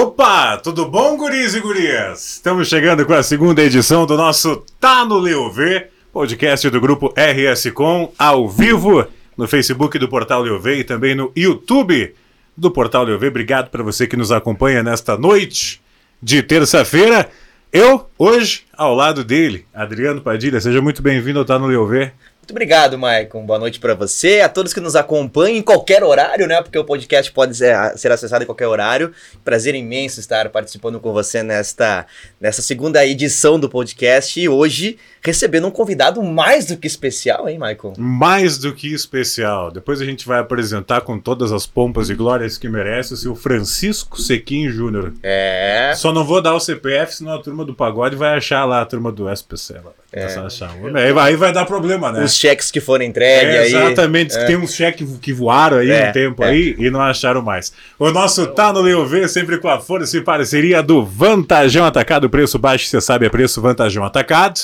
Opa, tudo bom, guris e gurias? Estamos chegando com a segunda edição do nosso Tá no Leo V, podcast do grupo RS Com, ao vivo no Facebook do Portal Leo V e também no YouTube do Portal Leo V. Obrigado para você que nos acompanha nesta noite de terça-feira. Eu, hoje, ao lado dele, Adriano Padilha. Seja muito bem-vindo ao Tá no Leo V. Muito obrigado, Maicon. Boa noite pra você, a todos que nos acompanham em qualquer horário, né? Porque o podcast pode ser, ah, ser acessado em qualquer horário. Prazer imenso estar participando com você nesta, nesta segunda edição do podcast e hoje recebendo um convidado mais do que especial, hein, Maicon? Mais do que especial. Depois a gente vai apresentar com todas as pompas e glórias que merece o seu Francisco Sequim Júnior. É. Só não vou dar o CPF, senão a turma do pagode vai achar lá a turma do SPC. Lá. É. Essa- achar um. Aí, vai, aí vai dar problema, né? Os cheques que foram entregues É, aí. exatamente, diz que tem uns cheques que voaram aí É, um tempo é. aí e não acharam mais. O nosso Tá no Leo V, sempre com a força e parceria do Vantajão Atacado. Preço baixo, você sabe, é preço Vantajão Atacado.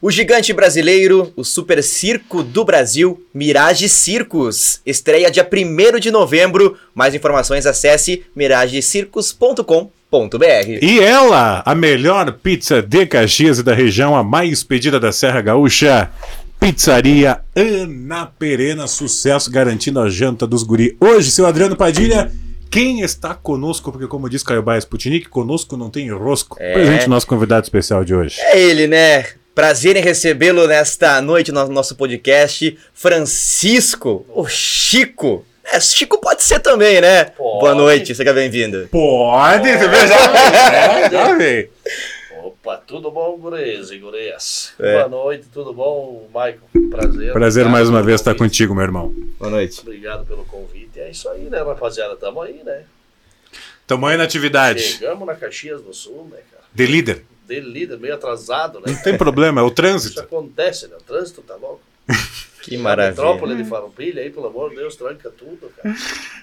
O gigante brasileiro, o super circo do Brasil, Mirage Circos. Estreia dia 1 de novembro. Mais informações acesse miragecircos.com.br. E ela, a melhor pizza de Caxias e da região, a mais pedida da Serra Gaúcha. Pizzaria Ana Perena, sucesso garantindo a janta dos guri. Hoje, seu Adriano Padilha, quem está conosco? Porque, como diz Caio Baia Sputnik, conosco não tem rosco. Presente o nosso convidado especial de hoje. É ele, né? Prazer em recebê-lo nesta noite no nosso podcast, Francisco, o Chico. É, Chico pode ser também, né? Pode. Boa noite, seja bem-vindo. Pode, você vê, já, né? já veio. Opa, tudo bom, gurês e gurias? É. Boa noite, tudo bom, Maicon? Prazer. Prazer obrigado mais uma pelo vez estar convite. contigo, meu irmão. Boa noite. Obrigado pelo convite. É isso aí, né, rapaziada? Tamo aí, né? Tamanho na atividade. Chegamos na Caxias do Sul, né, cara? De líder. De líder, meio atrasado, né? Não tem problema, é o Isso trânsito. acontece, né? O trânsito tá louco. Que Metrópole maravilha. de Farroupilha aí, pelo amor de Deus, tranca tudo, cara.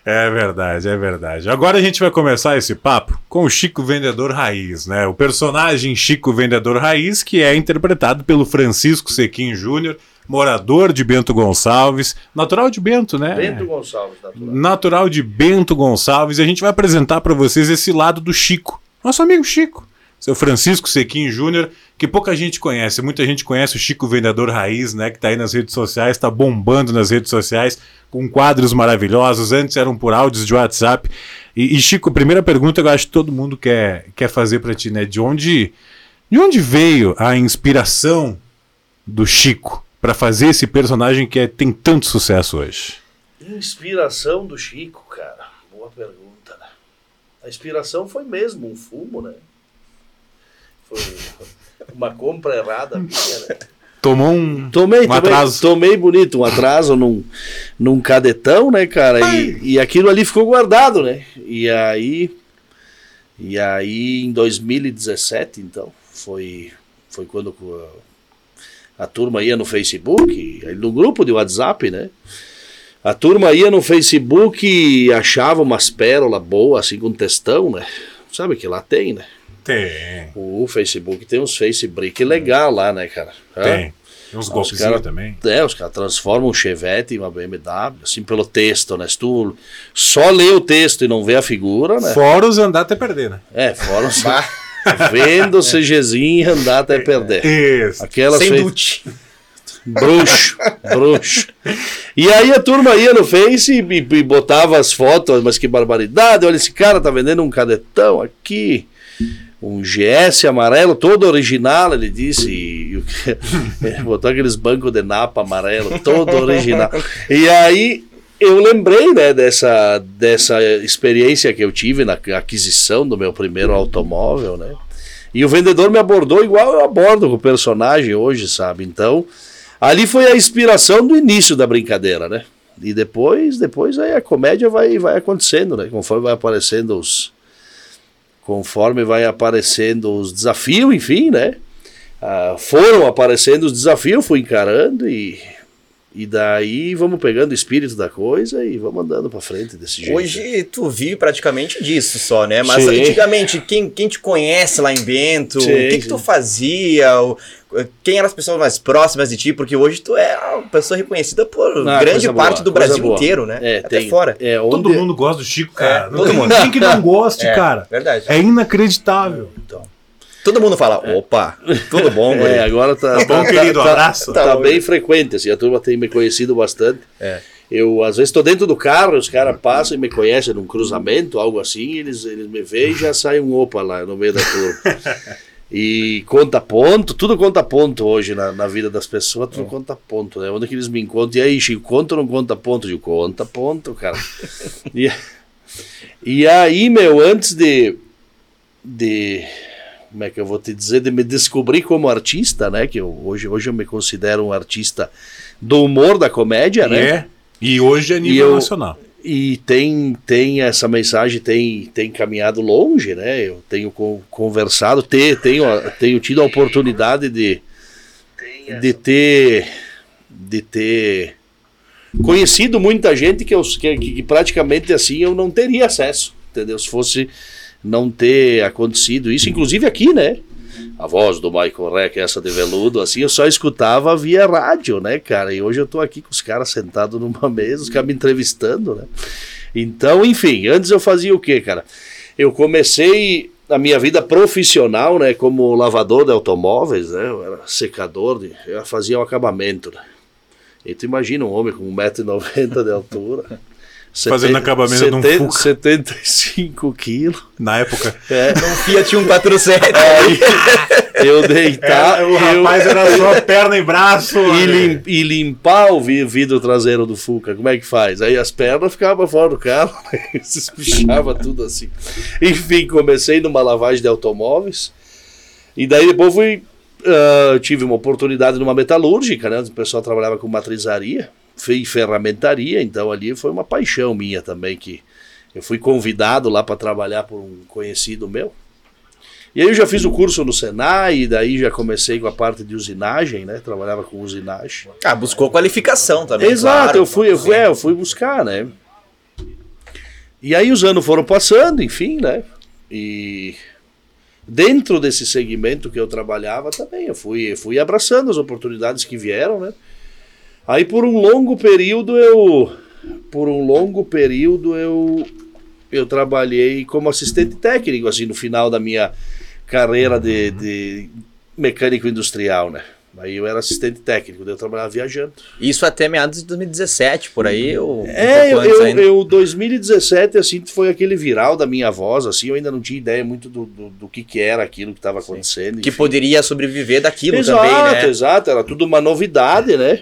É verdade, é verdade. Agora a gente vai começar esse papo com o Chico Vendedor Raiz, né? O personagem Chico Vendedor Raiz, que é interpretado pelo Francisco Sequim Júnior, morador de Bento Gonçalves, natural de Bento, né? Bento Gonçalves, natural. Natural de Bento Gonçalves, e a gente vai apresentar para vocês esse lado do Chico, nosso amigo Chico, seu Francisco Sequim Júnior, que pouca gente conhece, muita gente conhece o Chico Vendedor Raiz, né, que tá aí nas redes sociais, tá bombando nas redes sociais, com quadros maravilhosos, antes eram por áudios de WhatsApp. E, e, Chico, a primeira pergunta que eu acho que todo mundo quer, quer fazer para ti, né, de onde, de onde veio a inspiração do Chico para fazer esse personagem que é- tem tanto sucesso hoje? Inspiração do Chico, cara. Boa pergunta. né? A inspiração foi mesmo um fumo, né? Foi uma compra errada minha, né? Tomou um Um Tomei, tomei, atraso. tomei bonito, um atraso num, num cadetão, né, cara? E, e aquilo ali ficou guardado, né? E aí, e aí em 2017, então, foi, foi quando co- a turma ia no Facebook, aí no grupo de WhatsApp, né? A turma ia no Facebook e achava umas pérolas boas, assim, com textão, né? Sabe que lá tem, né? Tem, O Facebook tem uns Face Break legal lá, né, cara? Hã? tem. Tem uns Ah, golpezinhos os cara- também. É, os caras transformam um Chevette em uma BMW, assim, pelo texto, né? Se tu só lê o texto e não vê a figura, né? Fora os andar até perder, né? É, fora os... Vendo o CGzinho andar até perder. Isso. Aquela Sem fez- dute. Bruxo, bruxo. E aí a turma ia no Face e, e- e botava as fotos, mas que barbaridade, olha esse cara tá vendendo um cadetão aqui, um GS amarelo, todo original, ele disse, e, e o que- é, botou aqueles bancos de napa amarelo, todo original. E aí eu lembrei, né, dessa, dessa experiência que eu tive na aquisição do meu primeiro automóvel, né? E o vendedor me abordou igual eu abordo com o personagem hoje, sabe? Então, ali foi a inspiração do início da brincadeira, né? E depois, depois aí a comédia vai, vai acontecendo, né? Conforme vai aparecendo os conforme vai aparecendo os desafios, enfim, né? Ah, foram aparecendo os desafios, fui encarando e E daí vamos pegando o espírito da coisa e vamos andando pra frente desse jeito. Hoje tu vive praticamente disso só, né? Mas Sim. antigamente, quem, quem te conhece lá em Bento, Sim, o que, que sim. tu fazia? O- quem eram as pessoas mais próximas de ti? Porque hoje tu é uma pessoa reconhecida por Ah, grande coisa parte boa, do coisa Brasil boa. inteiro, né? É, Até tem- fora. É, onde... Todo mundo gosta do Chico, cara. É, não todo tem mundo. ninguém que não goste, É. cara. Verdade. É inacreditável. Todo mundo fala, opa, tudo bom, guri? É, agora tá, Tá bom, tá- querido, tá- abraço. tá Tá bom. bem frequente, assim, a turma tem me conhecido bastante. É. Eu, às vezes, estou dentro do carro, os caras passam e me conhecem num cruzamento, algo assim, eles, eles me veem e já sai um opa lá no meio da turma. E conta ponto, tudo conta ponto hoje na, na vida das pessoas, tudo conta ponto, né? Onde que eles me encontram? E aí, Chico, conta ou não conta ponto? Eu digo, conta ponto, cara. e, e aí, meu, antes de, de como é que eu vou te dizer, de me descobrir como artista, né? Que eu- hoje, hoje eu me considero um artista do humor, da comédia, E né? é. E hoje é nível eu- nacional. E tem, tem essa mensagem, tem, tem caminhado longe, né? Eu tenho con- conversado, te- tenho, a- tenho tido a oportunidade de, de ter. de ter conhecido muita gente que, eu, que, que praticamente assim eu não teria acesso, entendeu? Se fosse não ter acontecido isso, inclusive aqui, né? A voz do Michael Reck, essa de veludo, assim, eu só escutava via rádio, né, cara? E hoje eu tô aqui com os caras sentados numa mesa, os caras me entrevistando, né? Então, enfim, antes eu fazia o quê, cara? Eu comecei a minha vida profissional, né, como lavador de automóveis, né? Eu era secador, de, eu fazia o acabamento, né? E tu imagina um homem com 1,90m de altura. Fazendo acabamento de um Fuca. 75 quilos. Na época. É, Um Fiat 1400. aí eu deitar Era- É, o eu- rapaz né? era só perna e braço. e, olha. lim- e limpar o vi- vidro traseiro do Fuca, como é que faz? Aí as pernas ficavam pra fora do carro, se espichava tudo assim. Enfim, comecei numa lavagem de automóveis, e daí depois fui, ah, tive uma oportunidade numa metalúrgica, né? O pessoal trabalhava com matrizaria, fui ferramentaria, então ali foi uma paixão minha também, que eu fui convidado lá para trabalhar por um conhecido meu. E aí eu já fiz o curso no Senai, e daí já comecei com a parte de usinagem, né? Trabalhava com usinagem. Ah, buscou qualificação também. Exato, claro. eu, fui, eu, fui, é, eu fui buscar, né? E aí os anos foram passando, enfim, né? E dentro desse segmento que eu trabalhava também, eu fui, eu fui abraçando as oportunidades que vieram, né? Aí por um longo período eu por um longo período eu eu trabalhei como assistente técnico assim no final da minha carreira de, de mecânico industrial, né? Aí eu era assistente técnico, daí eu trabalhava viajando. Isso até meados de 2017, por aí. Ou É, um eu, pouco antes eu, ainda. eu- 2017, assim, foi aquele viral da minha voz, assim, eu ainda não tinha ideia muito do, do, do que, que era aquilo que estava acontecendo. que enfim. poderia sobreviver daquilo exato, também, né? Exato, era tudo uma novidade, né?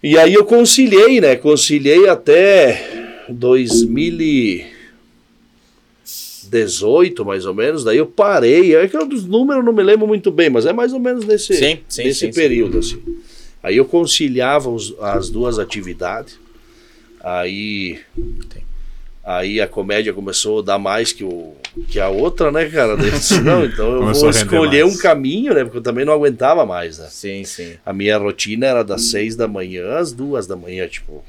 E aí eu conciliei, né? Conciliei até 2018, mais ou menos, daí eu parei, é que eu dos números eu não me lembro muito bem, mas é mais ou menos nesse, Sim, sim, nesse sim, sim. período, assim. Aí eu conciliava os- as duas atividades, aí... Aí a comédia começou a dar mais que, o, que a outra, né, cara? Daí eu disse, não, então eu Começou vou a render escolher mais. um caminho, né? Porque eu também não aguentava mais, né? Sim, sim. A minha rotina era das seis da manhã às duas da manhã, tipo,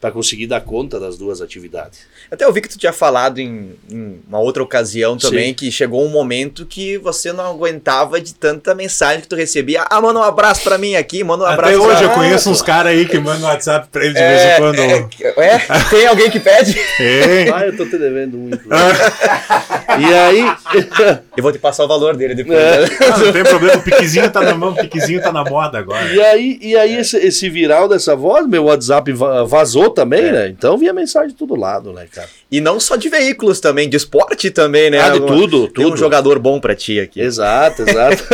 pra conseguir dar conta das duas atividades. Até eu vi que tu tinha falado em, em uma outra ocasião também, Sim. que chegou um momento que você não aguentava de tanta mensagem que tu recebia. Ah, manda um abraço pra mim aqui, manda um abraço Até hoje pra... eu conheço Ah, uns caras aí que mandam WhatsApp pra ele de É, vez em quando. É, é, tem alguém que pede? Ei, Ah, eu tô te devendo um, inclusive. E aí. Eu vou te passar o valor dele depois. É. né? Ah, não tem problema, o piquezinho tá na mão, o piquezinho tá na moda agora. E aí, e aí esse, esse viral dessa voz, meu WhatsApp va- vazou também, né? Então vinha mensagem de todo lado, né, cara? E não só de veículos também, de esporte também, né? Ah, de Alguma- tudo, Tem um tudo. jogador bom pra ti aqui. Exato, exato.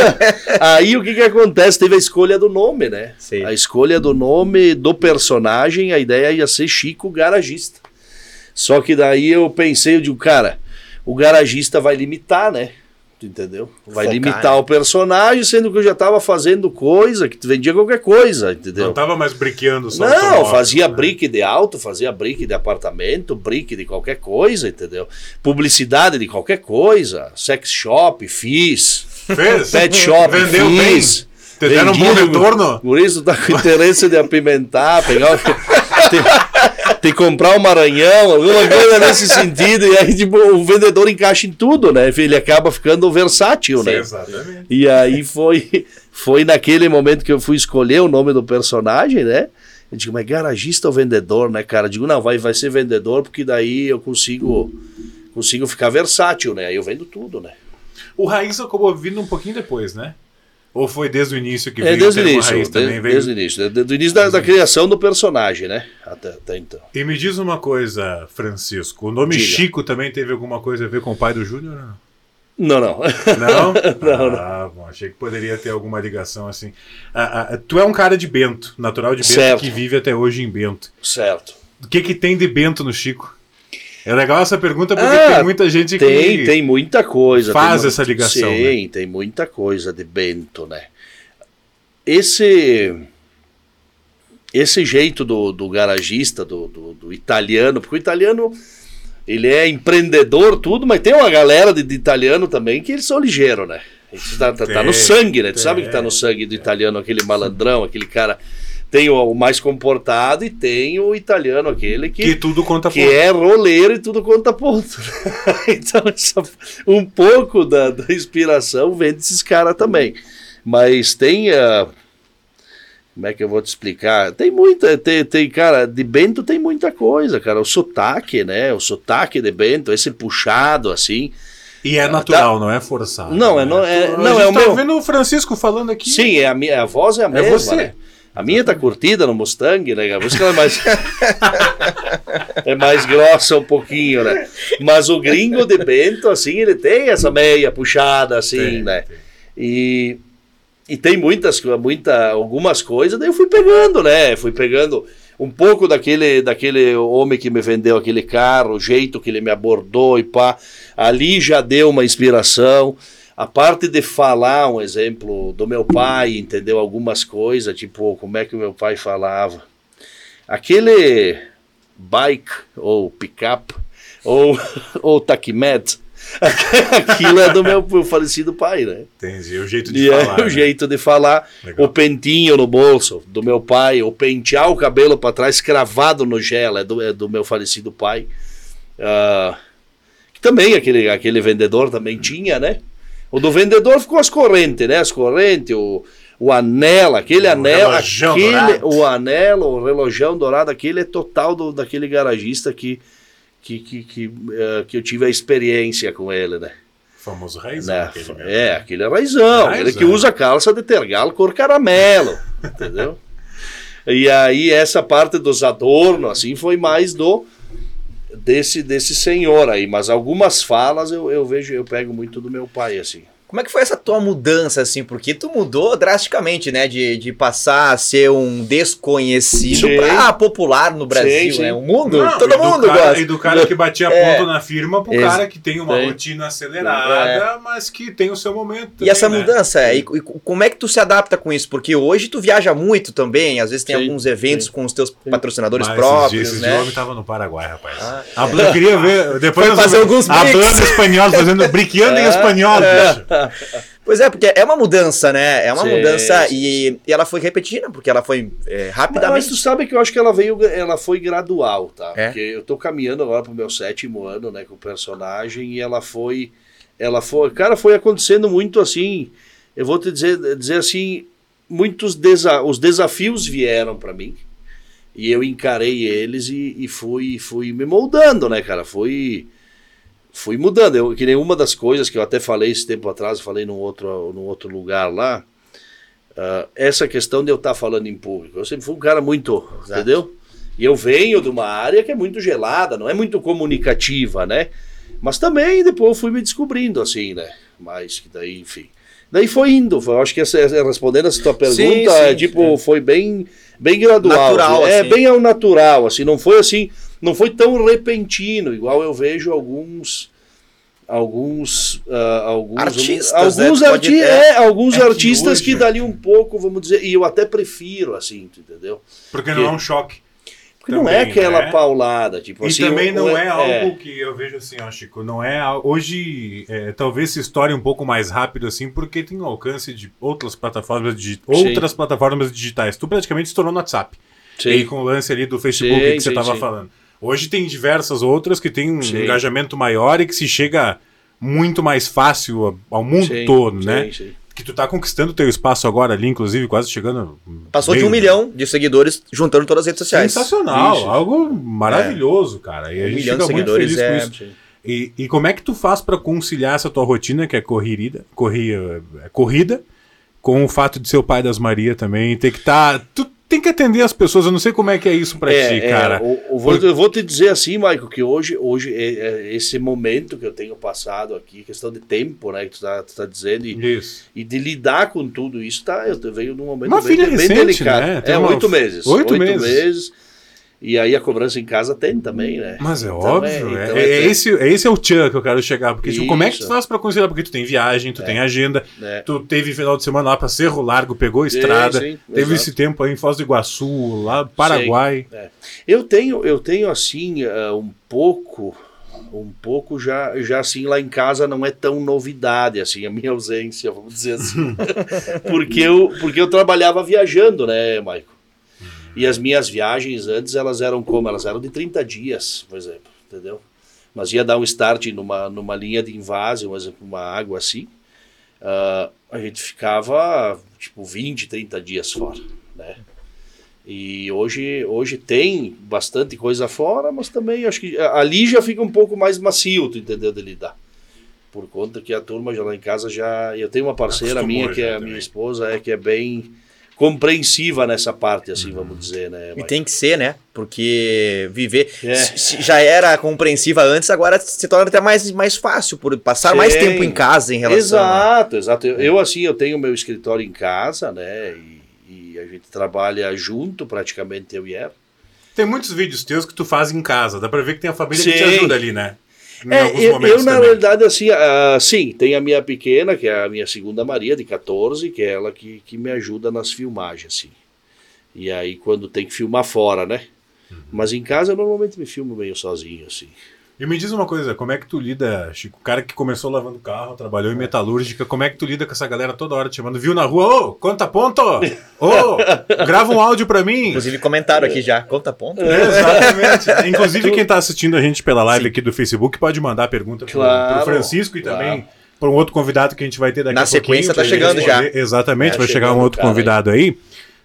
aí o que que acontece? Teve a escolha do nome, né? Sei. A escolha do nome do personagem, a ideia ia ser Chico Garagista. Só que daí eu pensei, eu digo, cara, o garagista vai limitar, né? Tu entendeu? Vai Focar, limitar né? o personagem, sendo que eu já tava fazendo coisa, que tu vendia qualquer coisa, Não tá entendeu? tava mais briqueando só. Não, automóvel, fazia né? brick de auto, fazia brick de apartamento, brick de qualquer coisa, entendeu? Publicidade de qualquer coisa, sex shop, fiz, Fez? pet shop, Vendeu bem. fiz. Te deram um bom Vendido, retorno? Guris, tu tá com interesse de apimentar, pegar o... te, te comprar um maranhão, alguma coisa nesse sentido. E aí, tipo, o vendedor encaixa em tudo, né? Ele acaba ficando versátil, né? Exatamente. E aí foi, foi naquele momento que eu fui escolher o nome do personagem, né? Eu digo, mas garagista ou vendedor, né, cara? Eu digo, não, vai, vai ser vendedor, porque daí eu consigo consigo ficar versátil, né? Aí eu vendo tudo, né? O Raiz acabou vindo um pouquinho depois, né? Ou foi desde o início que É, veio desde o termo início, Raiz de- também? desde, Veio... Uhum. o início, né? de- de- do início da, da criação do personagem, né? Até, até então. E me diz uma coisa, Francisco. O nome Diga. Chico também teve alguma coisa a ver com o pai do Júnior? Não? Não, não. Não? Ah, bom, achei que poderia ter alguma ligação assim. Ah, ah, tu é um cara de Bento, natural de Bento, Certo. que vive até hoje em Bento. certo. O que, que tem de Bento no Chico? É legal essa pergunta porque Ah, tem muita gente Tem, que. tem muita coisa. faz tem mu- essa ligação, né? Sim, tem muita coisa de Bento, né? Esse esse jeito do, do garagista, do, do, do italiano, porque o italiano ele é empreendedor, tudo, mas tem uma galera de, de italiano também que eles são ligeiros, né? Isso tá, tá- tá no Tem, sangue, né? Tu tem. sabe que tá no sangue do italiano, aquele malandrão, aquele cara. Tem o, o mais comportado e tem o italiano, aquele Que tudo conta que pouco. é roleiro e tudo conta ponto. então, essa- um pouco da, da inspiração vem desses caras também. Mas tem. ah, como é que eu vou te explicar? Tem muita. Tem, tem, cara, de Bento tem muita coisa, cara. O sotaque, né? O sotaque de Bento, esse puxado assim. E é natural, não é forçado. Não, é né? no- é- A não, gente é o tá meu. vendo o Francisco falando aqui. Sim, é a, minha, a voz é a mesma. você. né? A minha tá curtida no Mustang, né? cara? Por isso que ela é mais. é mais grossa um pouquinho, né? Mas o gringo de Bento, assim, ele tem essa meia puxada, assim, Tem, né? tem. E, e tem muitas, co- muita, algumas coisas, daí eu fui pegando, né? Fui pegando um pouco daquele, daquele homem que me vendeu aquele carro, o jeito que ele me abordou e pá. Ali já deu uma inspiração. A parte de falar, um exemplo do meu pai, entendeu? Algumas coisas, tipo, como é que o meu pai falava. Aquele bike ou picape ou, ou taquimet, aquilo é do meu falecido pai, né? Entendi. O jeito de E é falar. o né? jeito de falar. Legal. O pentinho no bolso do meu pai, o pentear o cabelo para trás cravado no gel, é do, é do meu falecido pai. Ah, que também aquele, aquele vendedor também tinha, né? O do vendedor ficou as correntes, né? As correntes, o, o anel, aquele O anel, relojão aquele, dourado. o anel, o relojão dourado, aquele é total do, daquele garagista que, que, que, que, eh, que eu tive a experiência com ele, né? Famoso raiz. Né? aquele mesmo. é, aquele é raizão, Raiz, ele que é. usa calça de tergal cor caramelo, entendeu? E aí essa parte dos adornos, assim, foi mais do desse, desse senhor aí, mas algumas falas eu, eu vejo, eu pego muito do meu pai, assim. Como é que foi essa tua mudança, assim? Porque tu mudou drasticamente, né? De, de passar a ser um desconhecido Sim. pra popular no Brasil, sim. né? O mundo, Não, e todo do mundo cara- gosta. E do cara que batia É. ponto na firma pro Ex- cara que tem uma Tem. rotina acelerada, mas que tem o seu momento. E também, essa né? mudança, e, e como é que tu se adapta com isso? Porque hoje tu viaja muito também, às vezes tem Sim, alguns eventos com os teus patrocinadores Mas próprios, esses dias, né? Esse homem tava no Paraguai, rapaz. Ah, A banda- Eu queria ver. Depois Foi nós fazer vamos- alguns A mix. banda espanhola fazendo briqueando em espanhol, bicho. Pois é, porque é uma mudança, né? É uma Sim, mudança sim, e, e ela foi repetida, porque ela foi é, Mas, mas rapidamente. tu sabe que eu acho que ela veio, ela foi gradual, tá? É? Porque eu tô caminhando agora pro meu sétimo ano, né, com o personagem, e ela foi, ela foi, cara, foi acontecendo muito assim, eu vou te dizer, dizer assim, muitos desa os desafios vieram para mim, e eu encarei eles e, e fui, fui me moldando, né, cara, fui, fui mudando, eu, que nem uma das coisas que eu até falei esse tempo atrás, eu falei num outro, num outro lugar lá, ah, essa questão de eu estar falando em público. Eu sempre fui um cara muito, Exato. entendeu? E eu venho de uma área que é muito gelada, não é muito comunicativa, né? Mas também depois eu fui me descobrindo assim, né? Mas que daí, enfim. Daí foi indo, foi- eu acho que essa, essa- respondendo essa tua pergunta, sim, é, tipo, foi bem, bem gradual. Natural, é, assim. bem ao natural, assim, não foi assim, não foi tão repentino, igual eu vejo alguns alguns ah, alguns Artistas, alguns né? Tu arti- pode- é, alguns É que artistas hoje- que dali um pouco, vamos dizer, e eu até prefiro assim, tu entendeu? Porque não é um choque. Porque não é Também, aquela né? paulada, tipo e assim. também o- não o- é, algo que eu vejo assim, ó, Chico. Não é. al- Hoje, é, talvez se estoure um pouco mais rápido assim, porque tem o alcance de outras plataformas, de, outras plataformas digitais. Tu praticamente estourou no WhatsApp. Sim. E com o lance ali do Facebook Sim, que você sim, estava sim. falando. Hoje tem diversas outras que têm um Sim. engajamento maior e que se chega muito mais fácil ao- ao mundo Sim, todo, sim, né? sim. Que tu tá conquistando teu espaço agora ali, inclusive, quase chegando. Passou de meio, um né? milhão de seguidores juntando todas as redes sociais. Sensacional, Vixe. algo maravilhoso, cara. E a Um gente milhão de fica muito seguidores feliz é- com isso. E, e como é que tu faz pra conciliar essa tua rotina, que é corrida, corria, é corrida, com o fato de ser o pai das Maria também, ter que estar. Tu tem que atender as pessoas, eu não sei como é que é isso pra ti, cara. o- o- vou- eu, vou, te dizer assim, Maico, que hoje, hoje é- é esse momento que eu tenho passado aqui, questão de tempo, né, que tu tá, tu tá dizendo, e, Isso. e de lidar com tudo isso, tá, eu te- venho num momento Uma bem, filha bem recente, delicado. né? Tem É, uma- oito meses. oito meses. E aí a cobrança em casa tem também, né? Mas é Então óbvio, é, então é- é tem, esse, é esse é o tchan que eu quero chegar. Porque, tipo, como é que tu Isso. É. faz pra conciliar? Porque tu tem viagem, tu tem agenda, né? tu teve final de semana lá pra Cerro Largo, pegou a Sim, estrada, sim, teve exato. esse tempo aí em Foz do Iguaçu, lá no Paraguai. É. Eu tenho, eu tenho assim, eh, um pouco, um pouco já, já assim lá em casa não é tão novidade assim a minha ausência, vamos dizer assim, porque eu, porque eu trabalhava viajando, né, Maico? E as minhas viagens antes elas eram como? Elas eram de 30 dias, por exemplo, entendeu? Mas ia dar um start numa, numa linha de invase, por exemplo, uma água assim, ah, a gente ficava tipo 20, 30 dias fora, né? E hoje, hoje tem bastante coisa fora, mas também acho que ali já fica um pouco mais macio, tu entendeu, de lidar. Por conta que a turma já lá em casa já... Eu tenho uma parceira Acostumou minha, que já é a também. minha esposa, é que é bem compreensiva nessa parte, assim, Uhum. vamos dizer, né? E Maico? tem que ser, né? Porque viver É. se- se já era compreensiva antes, agora se torna até mais, mais fácil por passar mais Sim. tempo em casa em relação. a- Exato, exato. Eu, eu, assim, eu tenho meu escritório em casa, né? E, e a gente trabalha junto, praticamente, eu e ela. Tem muitos vídeos teus que tu faz em casa, dá pra ver que tem a família que te Sim. ajuda ali, né? Em É, alguns eu, momentos eu, na também. verdade, assim, ah, sim, tem a minha pequena, que é a minha segunda Maria, de 14, que é ela que, que me ajuda nas filmagens, assim. E aí, quando tem que filmar fora, né? Mas em casa, eu normalmente me filmo meio sozinho, assim. E me diz uma coisa, como é que tu lida, Chico? O cara que começou lavando carro, trabalhou em metalúrgica, como é que tu lida com essa galera toda hora te chamando? Viu na rua? Ô, conta ponto! Ô, grava um áudio pra mim! Inclusive comentaram aqui já. Conta ponto. né? É. Exatamente. Inclusive, quem tá assistindo a gente pela live aqui do Facebook pode mandar pergunta pro- Claro. pro Francisco e Claro. também para um outro convidado que a gente vai ter daqui Na a pouquinho. sequência tá pra ele chegando responder. Exatamente, Tá vai chegar um chegando, outro cara, é. convidado aí.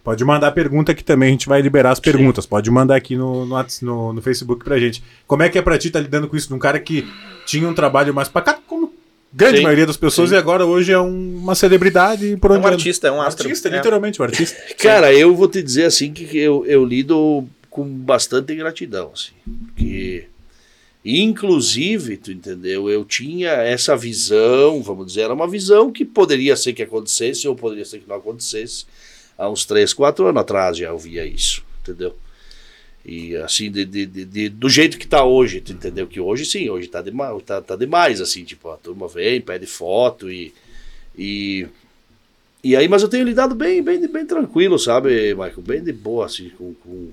Pode mandar pergunta que também a gente vai liberar as perguntas. Pode mandar aqui no, no, Whats- no, no Facebook pra gente. Como é que é pra ti tá lidando com isso de um cara que tinha um trabalho mais pacato, como a grande Sim, maioria das pessoas, sim. e agora hoje é um- uma celebridade por É onde um anda. artista, é um Um astro. artista, É. literalmente um artista. Cara, eu vou te dizer assim que que eu, eu lido com bastante gratidão, assim, porque inclusive, tu entendeu, eu tinha essa visão, vamos dizer, era uma visão que poderia ser que acontecesse ou poderia ser que não acontecesse, há uns 3, 4 anos atrás já eu via isso, entendeu? E assim, de, de- de- de- do jeito que tá hoje, tu entendeu? Que hoje sim, hoje tá, dema tá, tá demais, assim, tipo, a turma vem, pede foto e- e e aí, mas eu tenho lidado bem, bem, bem tranquilo, sabe, Michael? Bem de boa, assim, com, com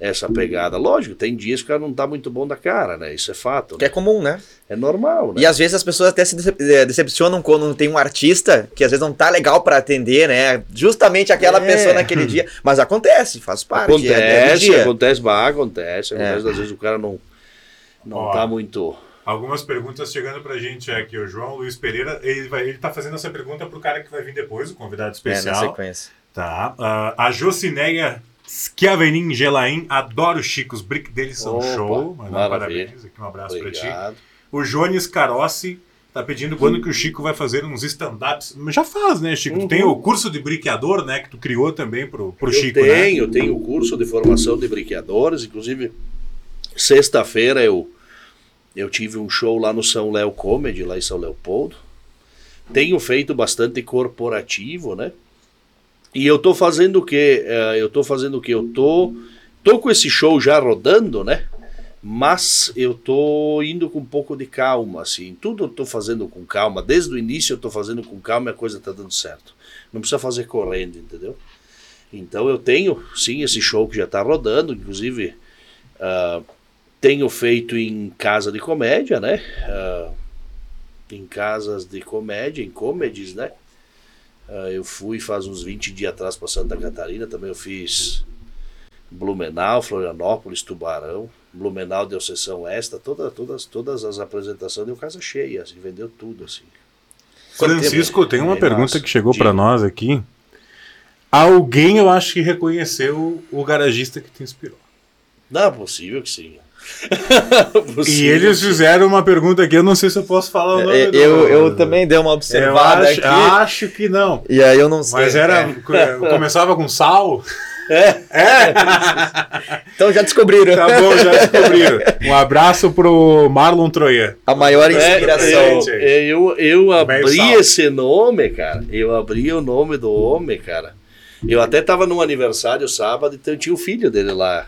essa pegada. Lógico, tem dias que o cara não tá muito bom da cara, né? Isso é fato. Que né? é comum, né? É normal, né? E às vezes as pessoas até se decep- eh, decepcionam quando tem um artista que às vezes não tá legal pra atender, né? Justamente aquela É. pessoa naquele dia. Mas acontece, faz parte. é- é do acontece, dia. acontece, bah, acontece, É. acontece. Às vezes o cara não, não Ó. tá muito. Algumas perguntas chegando pra gente aqui. O João Luiz Pereira, ele, vai, ele tá fazendo essa pergunta pro cara que vai vir depois, o convidado É, na especial. sequência. tá. Ah, a Jocineia Schiavenin Gelain, adoro os Chicos, brick deles são Opa, show. Mandar um maravilha. parabéns, aqui um abraço pra ti. Obrigado. O Jones Carossi tá pedindo quando que o Chico vai fazer uns stand-ups. Mas Já faz, né, Chico? Tu Uhum. Tem o curso de briqueador, né, que tu criou também pro, pro eu Chico, né? tenho, eu tenho curso de formação de brinqueadores, inclusive sexta-feira eu eu tive um show lá no São Léo Comedy, lá em São Leopoldo. Tenho feito bastante corporativo, né? E eu tô fazendo o quê? Eh, Eu tô fazendo o quê? Eu tô tô com esse show já rodando, né? Mas eu tô indo com um pouco de calma, assim. Tudo eu tô fazendo com calma. Desde o início eu tô fazendo com calma e a coisa tá dando certo. Não precisa fazer correndo, entendeu? Então eu tenho, sim, esse show que já está rodando, tá inclusive Ah, tenho feito em casa de comédia, né? Ah, em casas de comédia, em comedies, né? Ah, eu fui faz uns 20 dias atrás para Santa Catarina, também eu fiz Blumenau, Florianópolis, Tubarão, Blumenau deu sessão extra, toda, todas, todas as apresentações deu casa cheia, assim, vendeu tudo, assim. Francisco, tem é uma Bem, pergunta nossa, que chegou diga. pra nós aqui. Alguém eu acho que reconheceu o garagista que te inspirou. Não, possível que sim. E Possível eles que sim. fizeram uma pergunta aqui, eu não sei se eu posso falar o nome É, Eu, do- eu, eu também dei uma Eu observada acho, aqui. acho que não. E aí eu não sei. Mas era. é. Começava com sal? É, É! Então já descobriram. Tá bom, já descobriram. Um abraço pro Marlon Troian. A maior É, inspiração. gente. eu, É, eu, eu abri sal. esse nome, cara. Eu abri o nome do homem, cara. Eu até tava num aniversário sábado, então tinha o filho dele lá.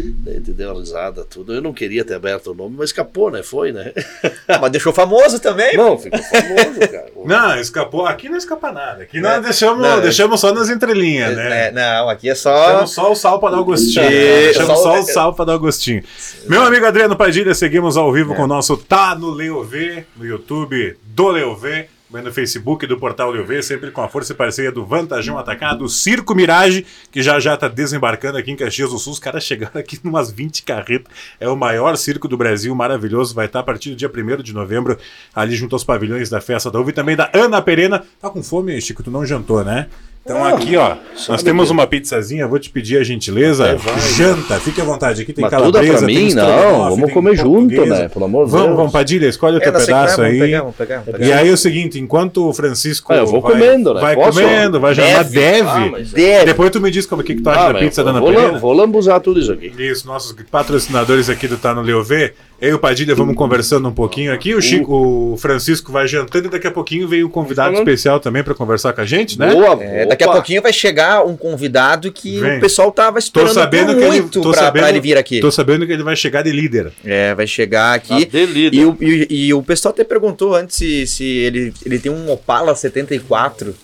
Daí te deu uma risada, tudo. Eu não queria ter aberto o nome, mas escapou, né? Foi, né? Ah, Mas deixou famoso também. É, Não, ficou famoso, cara. Não, escapou. Aqui não escapa nada. Aqui nós É. deixamos, Não, é. deixamos só nas entrelinhas, né? É, Não, aqui é só. Deixamos só o sal pra dar o gostinho. É, né? Deixamos só- só o sal pra dar o gostinho. Meu amigo Adriano Padilha, seguimos ao vivo com o nosso Tá no Leovê, no YouTube do Leovê, também no Facebook do Portal Leovê, sempre com a força e parceria do Vantajão Atacado, Circo Mirage, que já já tá desembarcando aqui em Caxias do Sul. Os caras chegaram aqui em umas 20 carretas. É o maior circo do Brasil, maravilhoso. Vai estar a partir do dia 1 de novembro, ali junto aos pavilhões da Festa da Uva e também da Ana Perena. Tá com fome, Chico? Tu não jantou, né? Então aqui, ó, nós temos uma pizzazinha, vou te pedir a gentileza. Janta, fique à vontade. Aqui tem É, Mas tudo é calabresa, pra tem mim, estrogonofe, não. Vamos tem comer junto, portuguesa. né? Pelo amor de Vamos, Deus. vamos, Padilha, escolhe o teu É, na sequência, é um pedaço aí. Vamos pegar, vamos pegar. Vamos E pegar. aí é o seguinte, enquanto o Francisco. Ah, eu vou vai, comendo, né? Vai Posso? comendo, vai jantar, deve. Ah, é. mas- Depois tu me diz como é que, que tu acha Ah, da mas pizza eu da Ana vou, Pereira. lam- vou lambuzar tudo isso aqui. Isso, nossos patrocinadores aqui do Tá no Leo V. Eu e o Padilha vamos conversando um pouquinho aqui. Uh. O, Chico, o Francisco vai jantando e daqui a pouquinho vem um convidado Falando. especial também para conversar com a gente, né? Boa, É, daqui a opa. pouquinho vai chegar um convidado que Vem. o pessoal tava esperando sabendo por que ele- muito tô pra, sabendo- pra ele vir aqui. Tô sabendo que ele vai chegar de líder. É, vai chegar Tá aqui. de líder. E o, e- e o pessoal até perguntou antes se, se ele, ele tem um Opala 74.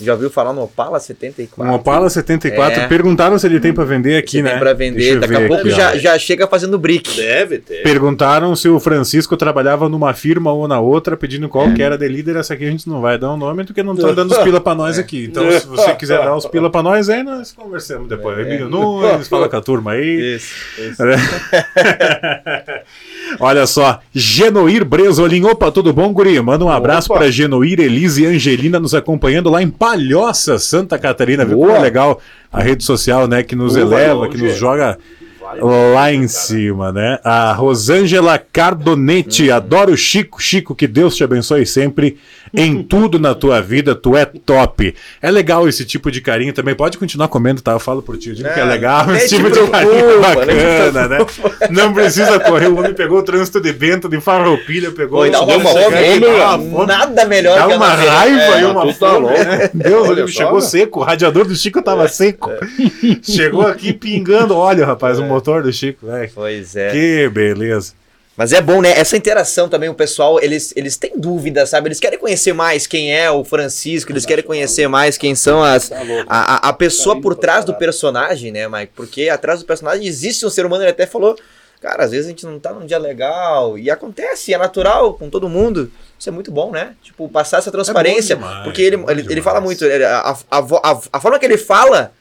Já ouviu falar no Opala 74? Um Opala 74. É. Perguntaram se ele tem para vender aqui, que né? tem pra Deixa vender. eu Daqui a ver pouco aqui, ó. já, já chega fazendo brick. Deve ter. Perguntaram se o Francisco trabalhava numa firma ou na outra, pedindo qual que era de líder. Essa aqui a gente não vai dar o nome, porque não estão dando os pila pra nós aqui. Então, se você quiser dar os pila pra nós, aí nós conversamos depois. É. Emílio Nunes, fala com a turma aí. Isso, isso. Olha só, Genoir Bresolim. Opa, tudo bom, guri? Manda um abraço Opa. pra Genoir, Elise e Angelina nos acompanhando lá em Palhoça, Santa Catarina. Viu como é Boa. legal a rede social, né? Que nos Boa, eleva, longe, que nos é. joga Vai, lá cara. em cima, né? A Rosângela Cardonetti, Hum. adoro o Chico. Chico, que Deus te abençoe sempre em tudo na tua vida, tu é top. É legal esse tipo de carinho também. Pode continuar comendo, tá? Eu falo por ti, eu digo que é É, legal, nem esse te tipo preocupa, de carinho é nem te bacana, né? Não precisa correr, o homem pegou o trânsito de Bento, de Farroupilha, pegou... Pô, e dá deu uma fome, hein, dá uma cara? fome. Nada melhor Dá que a Ah, uma Ana Vera. raiva e É, uma tu tá fome, louco. né? Deus, Olha ele só, chegou cara. seco, o radiador do Chico É. tava seco. Chegou aqui pingando, olha, rapaz, É. o motor do Chico, velho. Pois é. Que beleza. Mas é bom, né? Essa interação também, o pessoal, eles, eles têm dúvidas, sabe? Eles querem conhecer mais quem é o Francisco, eles querem conhecer mais quem são as. Tá A, a, a pessoa por trás do personagem, né, Mike? Porque atrás do personagem existe um ser humano, ele até falou. Cara, às vezes a gente não tá num dia legal. E acontece, é natural com todo mundo. Isso é muito bom, né? Tipo, passar essa transparência. É demais, porque ele, é bom ele, ele demais. fala muito. ele- a, a, vo- a, a forma que ele fala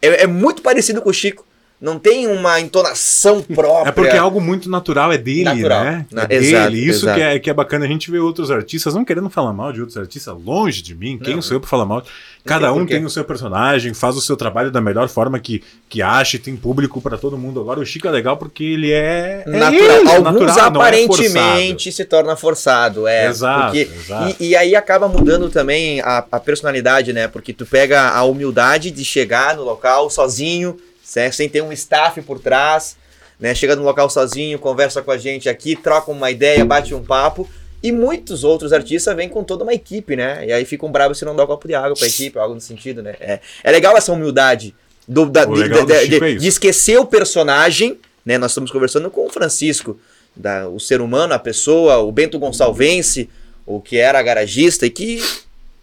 é, é muito parecido com o Chico. Não tem uma entonação própria. É porque é algo muito natural, é dele, Natural. né? Na- é dele. exato, Isso exato. Que, é, que é bacana. A gente vê outros artistas, não querendo falar mal de outros artistas, longe de mim. Quem Não. sou eu pra falar mal? Cada tem um porquê. tem o seu personagem, faz o seu trabalho da melhor forma que, que acha e tem público pra todo mundo. Agora o Chico é legal porque ele é. é natural. ele, Alguns natural, não é aparentemente se torna forçado, é. Exato, porque- exato. E, e aí acaba mudando também a, a personalidade, né? Porque tu pega a humildade de chegar no local sozinho, certo? sem ter um staff por trás, né? Chega no local sozinho, conversa com a gente aqui, troca uma ideia, bate um papo. E muitos outros artistas vêm com toda uma equipe, né? E aí ficam bravos se não dá o copo de água pra equipe, algo nesse sentido, né? É, é legal essa humildade do- da- O de- legal de- do Chico de- é isso. de esquecer o personagem, né? Nós estamos conversando com o Francisco, da, o ser humano, a pessoa, o Bento Gonçalvense, o que era garagista e que,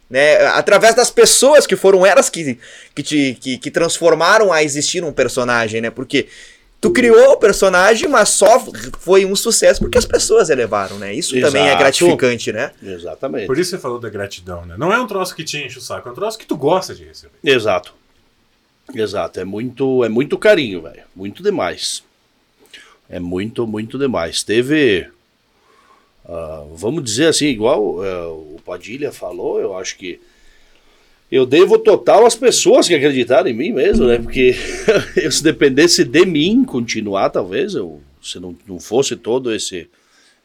né, através das pessoas que foram elas que, que, te, que, que transformaram a existir um personagem, né? Porque Tu criou o personagem, mas só foi um sucesso porque as pessoas elevaram, né? Isso também é Exato. gratificante, né? Exatamente. Por isso você falou da gratidão, né? Não é um troço que te enche o saco, é um troço que tu gosta de receber. Exato. Exato. É muito, é muito carinho, velho. Muito demais. É muito, muito demais. Teve. ah, vamos dizer assim, igual ah, o Padilha falou, eu acho que. Eu devo total às pessoas que acreditaram em mim mesmo, né? Porque eu, se dependesse de mim continuar, talvez, eu, se não, não fosse todo esse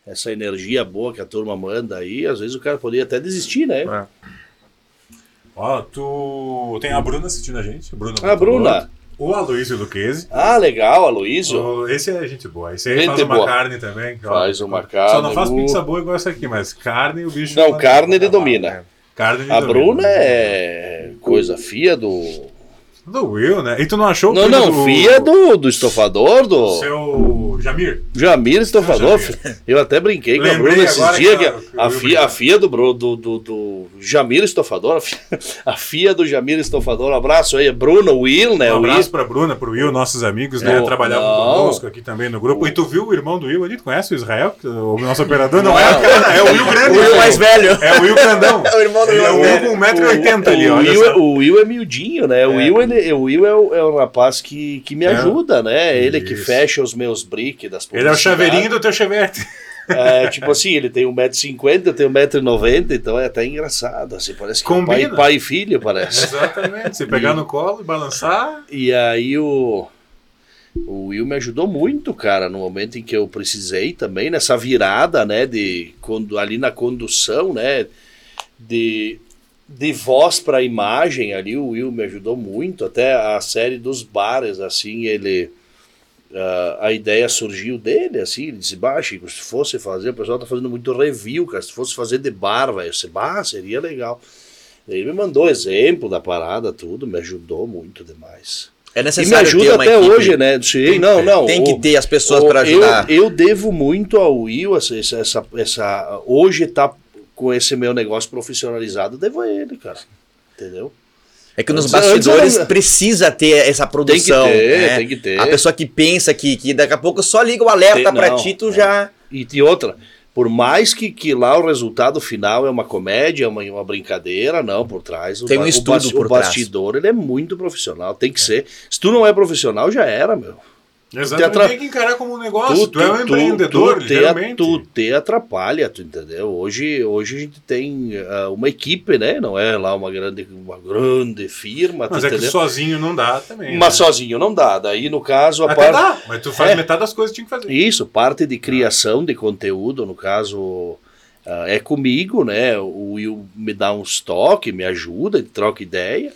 essa energia boa que a turma manda aí, às vezes o cara poderia até desistir, né? Ah, Ó, tu. Tem a Bruna assistindo a gente. Bruna Ah, Bruna. O Aloysio Luquezzi. Ah, legal, Aloysio. O- Esse é gente boa. Esse aí Gente faz uma boa. carne também. que, ó, Faz uma Só carne, não faz o- pizza boa igual essa aqui, mas carne o bicho. Não, faz- carne ele domina. Carne ele A domina. Bruna é coisa fia do. Do Will, né? E tu não achou o Não, filho não, fia do, do estofador, do Seu Jamir. Jamir estofador. Seu Eu até brinquei com a Lembrei Bruna esses agora dias que que a- a, a que eu fia, brinquei. a fia do, Bru- do, do, do Jamir estofador, a fia, a fia do Jamir estofador. Um abraço aí, Bruno, Will, né? um o abraço Will. pra Bruna, pro Will, nossos amigos, né? Não, Trabalhavam não. conosco aqui também no grupo. O- E tu viu o irmão do Will ali? Tu conhece o Israel? Que O nosso operador não, Não. é o cara, é o Will O Grande. Will né? mais velho. É o Will Grandão. É o irmão do Ele Will É o mais Will com 1,80m ali, o, olha Will, só. o Will é miudinho, né? O Will, ele, o Will é, o, é o rapaz que, que me É. ajuda, né? Ele que Isso. fecha os meus briques das Ele é o publicidades. chaveirinho do teu chevette. É, tipo assim, ele tem 1,50m, eu tenho 1,90m, então é até engraçado, assim, parece que é Combina. pai, pai e filho, parece. Exatamente. Você pegar no colo e balançar. E aí o, o Will me ajudou muito, cara, no momento em que eu precisei também, nessa virada, né, de, quando, ali na condução, né, de, de voz para imagem ali, o Will me ajudou muito, até a série dos bares, assim, ele... ah, a- a ideia surgiu dele, assim, ele disse, bah, Chico, se fosse fazer, o pessoal tá fazendo muito review, cara, se fosse fazer de bar, velho, eu disse, bah, seria legal. Ele me mandou exemplo da parada, tudo, me ajudou muito demais. É E me necessário ter ajuda uma até equipe. É. hoje, né? Sim, não, não. Tem o- que ter as pessoas o- para ajudar. Eu, eu devo muito ao Will, essa, essa, essa, essa- hoje tá com esse meu negócio profissionalizado, devo a ele, cara. Entendeu? É que nos Antes- antes era- bastidores precisa ter essa Tem que produção. ter, né? tem que ter. A pessoa que pensa que, que daqui a pouco só liga o Tem- alerta pra não, ti, tu é. já. E, e outra, por mais que, que lá o resultado final é uma comédia, é uma, uma brincadeira, não, por trás. o Tem um ba- o estudo bas- por O trás. bastidor, ele é muito profissional, tem que ser. Se tu não é profissional, já era, meu. Exatamente. atra- Tem que encarar como um negócio. Tu, é um empreendedor, tu, te- literalmente. tu te atrapalha, tu entendeu? Hoje, hoje a gente tem ah, uma equipe, né? Não é lá uma grande, uma grande firma, tu Mas é que entendeu? sozinho não dá também. Mas né? sozinho não dá. Daí, no caso, a Até parte... dá, Ah. mas tu faz É. metade das coisas que tinha que fazer. Isso, parte de criação de conteúdo, no caso, ah, é comigo, né? O Will me dá uns toques, me ajuda, ele troca ideia.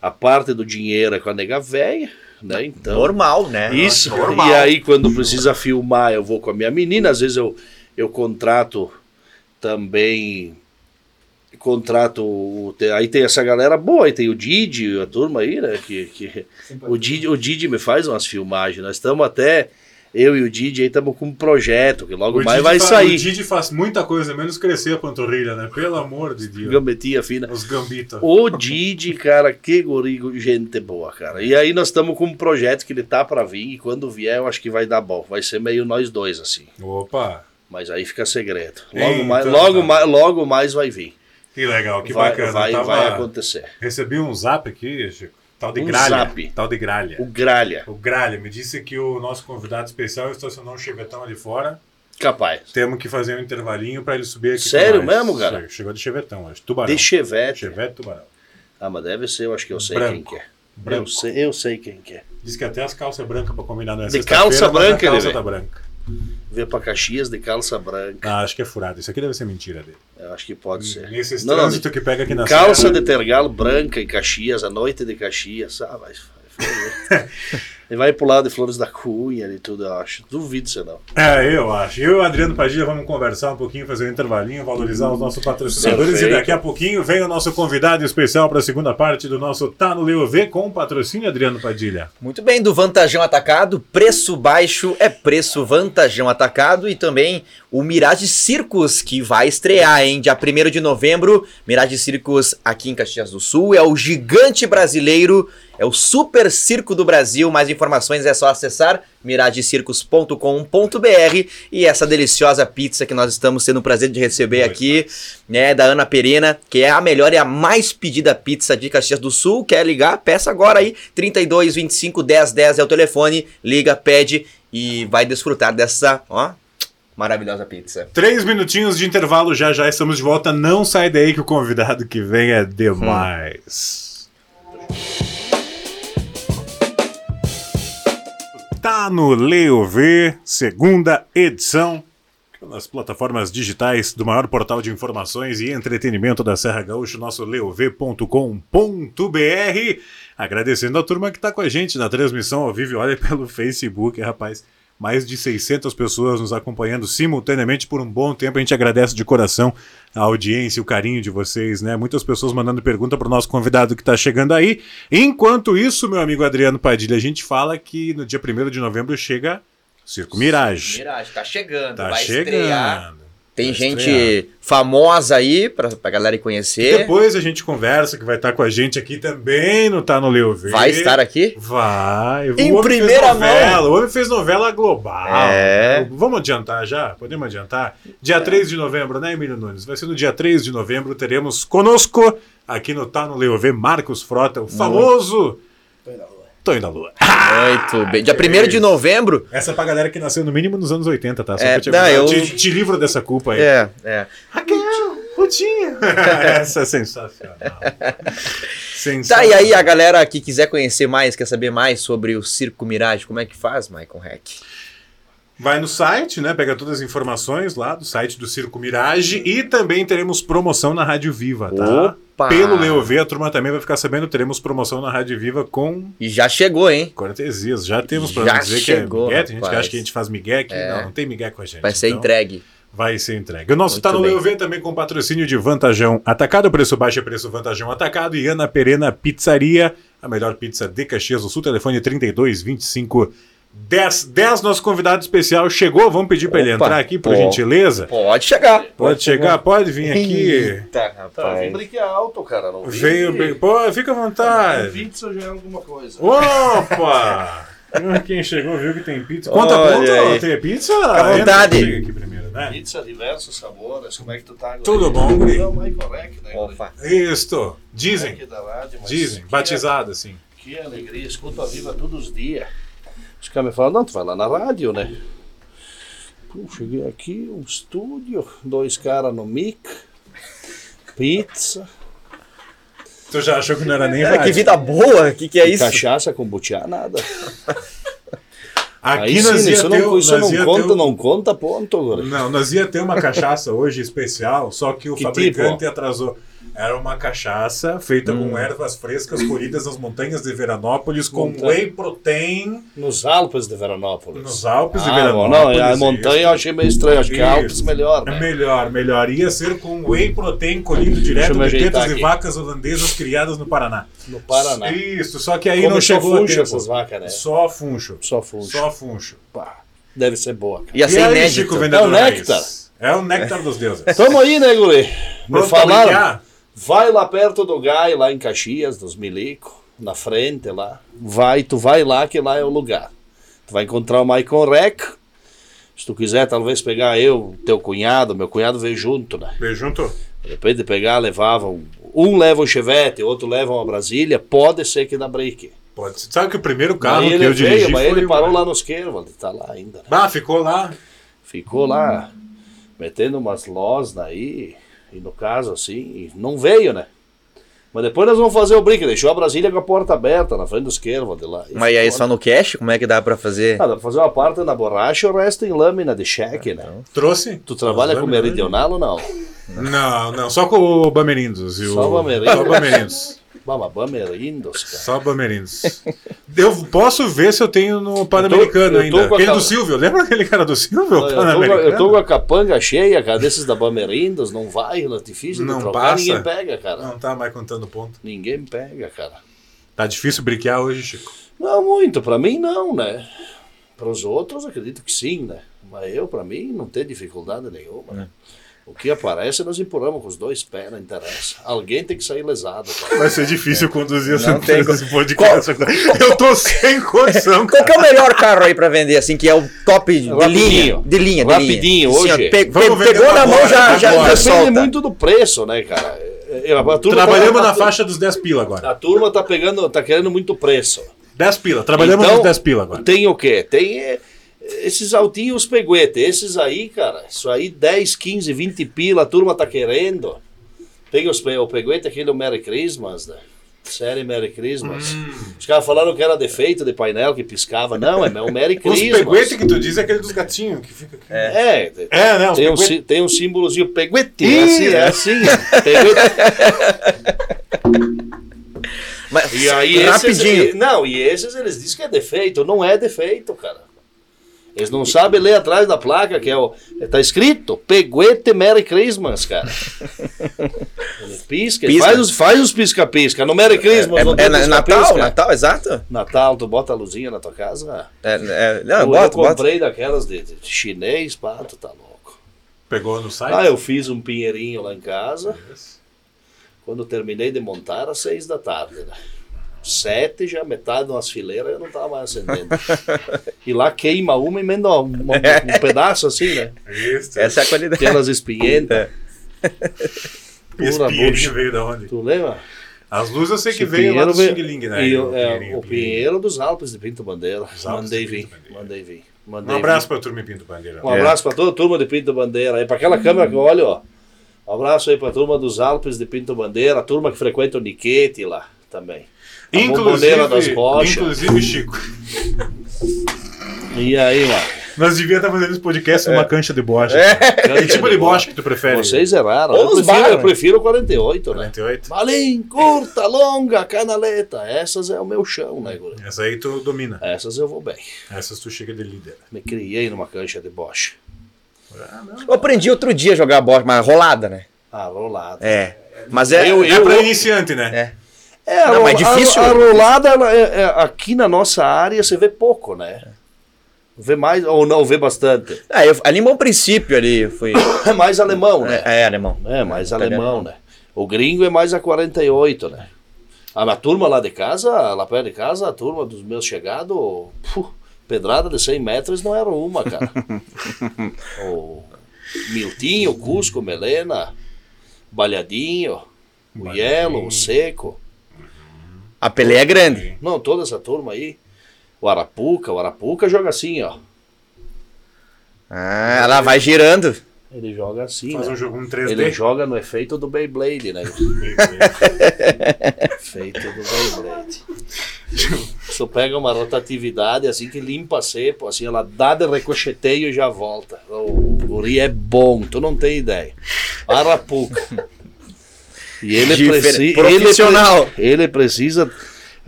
A parte do dinheiro é com a nega véia, né? Então. Normal, né? Isso, É, Normal. cara. e aí quando precisa filmar, eu vou com a minha menina, às vezes eu, eu contrato também contrato o- te- aí tem essa galera boa, aí tem o Didi, a turma aí, né, que, que o Didi, o Didi me faz umas filmagens. Nós estamos até eu e o Didi aí estamos com um projeto que logo O Didi mais vai fa- O sair. Didi faz muita coisa, menos crescer a panturrilha, né? Pelo amor de Deus. Gambetinha fina. Os gambitos. O Didi, cara, que gorigo, gente boa, cara. E aí nós estamos com um projeto que ele tá pra vir e quando vier eu acho que vai dar bom. Vai ser meio nós dois assim. Opa! Mas aí fica segredo. Logo, Então mais, tá. logo, mais, logo mais vai vir. Que legal, que vai, bacana. vai, Tava- vai acontecer. Recebi um zap aqui, Chico. Tal de Um gralha. zap. Tal de gralha. O Gralha. O Gralha me disse que o nosso convidado especial estacionou um chevetão ali fora. Capaz. Temos que fazer um intervalinho pra ele subir aqui. com Sério nós. mesmo, cara? Sério, Chegou de chevetão, acho. Tubarão. De Chevette. Chevette, tubarão. Ah, mas deve ser, eu acho que eu sei Branco. quem que é. Eu Branco. sei, eu sei quem que é. Diz que até as calças brancas pra combinar não é De sexta-feira, calça mas a branca, ele calça vem. tá branca. Vê pra Caxias de calça branca. Ah, acho que é furado. Isso aqui deve ser mentira dele. Eu acho que pode ser. Nesses Não, não, trânsito que pega aqui na Calça serra. de tergal branca em Caxias, a noite de Caxias. Ah, mas... Ele vai pro lado de Flores da Cunha e tudo, eu acho. Duvido você não. É, eu acho. Eu e o Adriano Padilha vamos conversar um pouquinho, fazer um intervalinho, valorizar os nossos patrocinadores. Perfeito. E daqui a pouquinho vem o nosso convidado especial para a segunda parte do nosso Tá no Leo V com o patrocínio Adriano Padilha. Muito bem, do Vantajão Atacado, preço baixo é preço Vantajão Atacado e também o Mirage Circos que vai estrear, hein? Dia 1 de novembro, Mirage Circos aqui em Caxias do Sul, é o gigante brasileiro, É o Super Circo do Brasil. Mais informações é só acessar miradecircos.com.br e essa deliciosa pizza que nós estamos tendo o prazer de receber Pois aqui, né, da Ana Perena, que é a melhor e a mais pedida pizza de Caxias do Sul. Quer ligar? Peça agora aí, 32 25 10 10 é o telefone. Liga, pede e vai desfrutar dessa, ó, maravilhosa pizza. Três minutinhos de intervalo, já já estamos de volta. Não sai daí que o convidado que vem é demais. Tá no Leo V, segunda edição. Nas plataformas digitais do maior portal de informações e entretenimento da Serra Gaúcha, nosso leov.com.br. Agradecendo a turma que está com a gente na transmissão ao vivo. Olha pelo Facebook, rapaz. Mais de 600 pessoas nos acompanhando simultaneamente por um bom tempo. A gente agradece de coração a audiência, o carinho de vocês, né? Muitas pessoas mandando pergunta para o nosso convidado que está chegando aí. Enquanto isso, meu amigo Adriano Padilha, a gente fala que no dia 1 de novembro chega Circo Mirage. Mirage, tá chegando, Tá vai chegando. estrear. Tem Vai gente estrear. famosa aí, pra, pra galera ir E conhecer. Depois a gente conversa, que vai estar com a gente aqui também no Tá no Leo V. Vai estar aqui? Vai. Em O homem primeira fez novela, O homem fez novela global. É. Vamos adiantar já? Podemos adiantar? Dia 3 de novembro, né, Emílio Nunes? Vai ser no dia 3 de novembro, teremos conosco, aqui no Tá no Leo V, Marcos Frota, o famoso... Tonho da Lua. Ah, Muito bem. Dia que 1 de isso. novembro. Essa é pra galera que nasceu no mínimo nos anos 80, tá? Só É, pra te, não, avisar. eu- te, te livro dessa culpa aí. É, é. Raquel, Rudinha. Essa é sensacional. Tá, é sensacional. e aí a galera que quiser conhecer mais, quer saber mais sobre o Circo Mirage, como é que faz, Michael Hack? Vai no site, né? Pega todas as informações lá do site do Circo Mirage e também teremos promoção na Rádio Viva, tá? Opa! Pelo Leo V, a turma também vai ficar sabendo, teremos promoção na Rádio Viva com E já chegou, hein? cortesias. Já temos para Já dizer chegou, que é migué, tem gente que rapaz. É. acha que a gente faz migué aqui. Não, não tem migué com a gente. Vai ser então- entregue. Vai ser entregue. O nosso Muito tá no bem. Leo V também com patrocínio de Vantajão Atacado, preço baixo é preço Vantajão Atacado e Ana Perena Pizzaria, a melhor pizza de Caxias do Sul, telefone 32 25 10. 10 nosso convidado especial chegou, vamos pedir para ele Opa, entrar aqui, por pô. gentileza. Pode chegar. Pode chegar, pode vir aqui. Eita, Tá, vem rapaz. brique alto, cara. Não Venha, bem- Ah, pô, fica à vontade. Pizza já é alguma coisa. Opa! Ah, Quem chegou viu que tem pizza. Conta, Olha conta, aí. tem pizza? à Entra, vontade. chega aqui primeiro, né? Pizza, diversos sabores. Como é que tu tá agora? Tudo bom, guri? Não, Michael Reck, né? Opa. Isto, dizem. Reck é da rádio, mas Dizem, que- batizado assim. Que alegria, escuto a viva todos os dias. Os caras me falam, não, tu vai lá na rádio, né? Pô, cheguei aqui, um estúdio, dois caras no mic, pizza, Tu já achou que não era nem É, Cara, que rádio. vida boa, o que, que é isso? cachaça com butiá, nada. Aqui Aí nós sim, ia isso ter, não, isso nós ia não conta, ter um- não conta, ponto, agora. Não, nós ia ter uma cachaça hoje especial, só que o Que fabricante tipo? Hum. atrasou. Era uma cachaça feita com ervas frescas colhidas nas montanhas de Veranópolis com Montanha. whey protein Nos Alpes de Veranópolis. nos Alpes de Ah, bom, Veranópolis. não, a montanha eu isso. achei meio estranho, acho que a Alpes Isso. melhor, É né? melhor, melhor. Ia ser com whey protein colhido direto eu me de ajeitar tetas de aqui. vacas holandesas criadas no Paraná. No Paraná. Isso, só que aí Como não só chegou a funcho tempo. essas vacas, né? Só funcho. Só funcho. Só funcho. Pá, Deve ser boa, cara. Ia ser E aí, inédito. Chico Vendedor É o Raiz? néctar. É o néctar dos deuses. Tamo aí, né, guri? Me Pronto pra falaram. brincar? Vai lá perto do Gai, lá em Caxias, dos Milico, na frente lá. Vai, tu vai lá, que lá é o lugar. Tu vai encontrar o Maicon Rec. Se tu quiser, talvez pegar eu, teu cunhado, meu cunhado veio junto, né? Vem junto? De repente pegar, levavam. Um leva um chevette, outro leva uma Brasília, pode ser que dá break. Pode. ser. Sabe que o primeiro carro Daí que eu ele dirigi veio, mas foi ele o- parou lá nos Querval, ele tá lá ainda, né? Bah, ficou lá. ficou lá metendo umas losnas aí, e no caso assim, e não veio, né? Mas depois nós vamos fazer o brinque, deixou a Brasília com a porta aberta na frente dos Kerva de lá. Mas e aí só no cash, como é que dá pra fazer? Ah, dá pra fazer uma parte na borracha e o resto em lâmina de É, cheque, né? então. Trouxe? Tu trabalha Os com Bamerindos? meridional ou não? né? Não, não. Só com o Bamerindos. E o... Só o Bamerindos. Só o Bamerindos. Baba, Bamerindos, cara. Só o Bamerindos. Eu posso ver se eu tenho no Pan-Americano eu tô ainda. com a Aquele do calma. Silvio. Lembra aquele cara do Silvio? Eu O tô, com a- eu tô com Pan-Americano? a capanga cheia, cara, desses da Bamerindos, não vai, não é difícil Não de trocar, passa. ninguém pega, cara. Não tá mais contando ponto. Ninguém pega, cara. Tá difícil briquear hoje, Chico. Não muito, para mim não, É. né? Para os outros acredito que sim, né? Mas eu, para mim, não tem dificuldade nenhuma. né? O que aparece, nós empurramos com os dois pés, não interessa. Alguém tem que sair lesado. cara. Vai ser difícil conduzir essa Não tem empresa, esse podcast. agora. Eu tô sem condição, cara. Qual que é o melhor carro aí pra vender, assim, que é o top de linha? Rapidinho. De linha, de Rapidinho, linha. Assim, ó, hoje. pe- Vamos pe- vender pegou na mão, agora, já, já, tá. agora. já Depende solta. muito do preço, né, cara? É, é, a turma Trabalhamos tá- na faixa dos 10 pila agora. A turma tá pegando, tá querendo muito preço. 10 pila, trabalhamos Então, nos 10 pila agora. Tem o quê? Tem eh, esses altinhos peguete, esses aí, cara, isso aí 10, 15, 20 pila, a turma tá querendo. Tem os, pe- o peguete aqui do Merry Christmas, né? Série Merry Christmas. Hum. Os caras falaram que era defeito de painel que piscava. Não, é o Merry Os Christmas. peguetes que tu diz é aquele dos gatinhos que fica aqui. É, É, né? Os tem, um, peguetes. sí- tem um símbolozinho peguete. Ih, é assim, é né? assim. peguete. Mas, E aí esses, rapidinho. e- não, e esses eles dizem que é defeito. Não é defeito, cara. Eles não sabem ler atrás da placa, que é o. Tá escrito Peguete Merry Christmas, cara. Ele pisca, ele Pisca. Faz, os, faz os pisca-pisca. No Merry Christmas, não É, tem é na- Natal, pisca-pisca. Natal, exato? Natal, tu bota a luzinha na tua casa. É, é, não, eu, bota, eu bota. comprei daquelas de, de chinês, pá, tu tá louco. Pegou no site? Ah, eu fiz um pinheirinho lá em casa. Quando eu terminei de montar, às seis da tarde. Né? Sete, já metade de umas fileiras eu não estava mais acendendo. e lá queima uma e emenda um, um- um pedaço assim, né? Isso. Essa é a qualidade. Aquelas É. espinhentas. Esse é pura pinheirinho bucha. veio da onde? Tu lembra? As luzes eu sei que Esse veio lá do pinheiro Xing Ling, né? E, O é, pinheirinho, o pinheirinho. Pinheiro dos Alpes de Pinto Bandeira. Dos Alpes Mandei de vir. Pinto Bandeira. Mandei vir. Um Mandei abraço pra É. Hum. turma Pinto Bandeira. vir. Um abraço pra toda a turma de Pinto Bandeira. E pra aquela câmera que eu olho, ó. Um abraço aí pra turma dos Alpes de Pinto Bandeira, a turma que frequenta o Niquete lá também. A bomboneira das Inclusive, bochas. inclusive, Chico, E aí, mano? nós devíamos estar fazendo esse podcast numa cancha de bocha. Cancha Que tipo de de bocha que tu prefere? É. Vocês erraram. Ou Eu os prefiro, bar, né? eu prefiro 48, né? 48? Malim, curta, longa, canaleta. Essas é o meu chão, né, guri? Essa aí tu domina. Essas eu vou bem. Essas tu chega de líder. Me criei numa cancha de bocha. Ah, não. Eu aprendi outro dia a jogar bola, mas rolada, né? Ah, rolada. É. Mas é. Eu- É pra iniciante, né? É. É, a Não, ro- mas é difícil. A, a rolada, ela é- é- aqui na nossa área, você vê pouco, É. né? Vê mais, ou não, vê bastante. Ah, eu, ali em bom princípio ali fui. É mais alemão, né? é, é, alemão. É, mais alemão, né? O gringo é mais a 48, né? A minha turma lá de casa, lá perto de casa, a turma dos meus chegados, puh, pedrada de 100 metros não era uma, cara. o Miltinho, Cusco, Melena, Balhadinho, o Yelo, o Seco. A Pelé é grande. Não, toda essa turma aí. O Arapuca, o Arapuca joga assim, ó. Ah, ela vai girando. Ele joga assim, Faz né? um jogo um Ele 3D. joga no efeito do Beyblade, né? Efeito do Beyblade. Isso pega uma rotatividade assim que limpa seco, assim, ela dá de ricocheteio e já volta. O guri é bom, tu não tem ideia. Arapuca. E ele Difer- precisa. profissional. Ele, pre- ele precisa.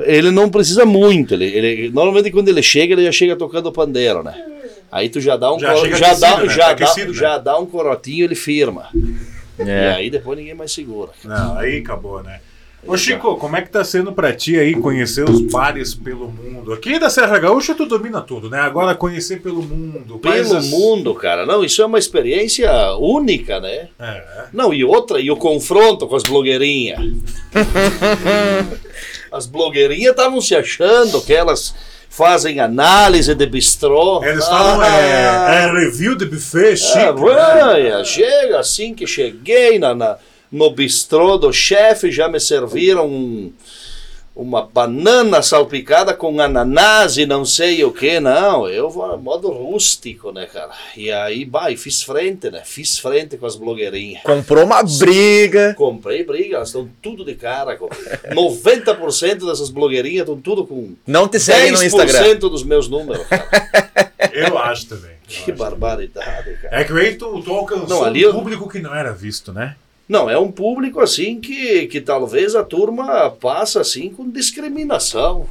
Ele não precisa muito. Ele, ele- normalmente quando ele chega, ele já chega tocando pandeiro, né? Aí tu já dá um Já coro- chega já, dá, aquecido, né? já, Tá aquecido, dá, né? já dá um corotinho, ele firma. E É. aí depois ninguém mais segura. Não, aí acabou, né? Ô Chico, como é que tá sendo pra ti aí conhecer os bares pelo mundo? Aqui da Serra Gaúcha tu domina tudo, né? Agora conhecer pelo mundo. quais pelo as- mundo, cara. Não, isso é uma experiência única, né? É. Não, e outra, e o confronto com as blogueirinhas. as blogueirinhas estavam se achando que elas fazem análise de bistrô. Eles falam, Ah! é, é review de buffet, Chico. É, né? ué, chega assim que cheguei na, na- no bistrô do chefe, já me serviram um- uma banana salpicada com ananás e não sei o que, não. Eu vou a modo rústico, né, cara? E aí, bah, e fiz frente, né? Fiz frente com as blogueirinhas. Comprou uma briga. Comprei briga, elas estão tudo de cara. com- 90% dessas blogueirinhas estão tudo com Não te segue no Instagram. 10% dos meus números. cara. Eu acho também. eu Que acho. barbaridade, cara. É que o Eito tu alcançou Não, ali eu- um público que não era visto, né? Não, é um público assim que, que talvez a turma passa assim com discriminação.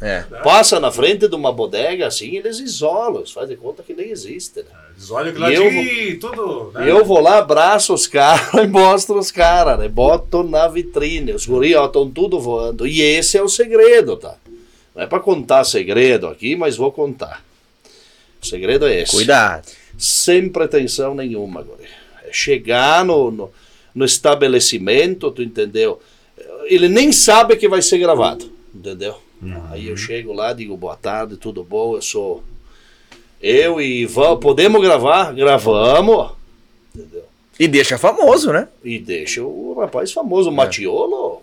É. Passa na frente de uma bodega assim, eles isolam, eles fazem conta que nem existe. Né? Eles olham que lá E eu de tudo, né? Eu vou lá, abraço os caras e mostro os caras, né? Boto na vitrine. Os guri, ó, estão tudo voando. E esse é o segredo, tá? Não é pra contar segredo aqui, mas vou contar. O segredo é esse. Cuidado. Sem pretensão nenhuma, guri. É chegar no, no, no estabelecimento, tu entendeu? Ele nem sabe que vai ser gravado, entendeu? Aí eu chego lá, digo boa tarde, tudo bom, eu sou. Eu e Ivan, podemos gravar? Gravamos, entendeu? E deixa famoso, né? E deixa o rapaz famoso, o Matiolo.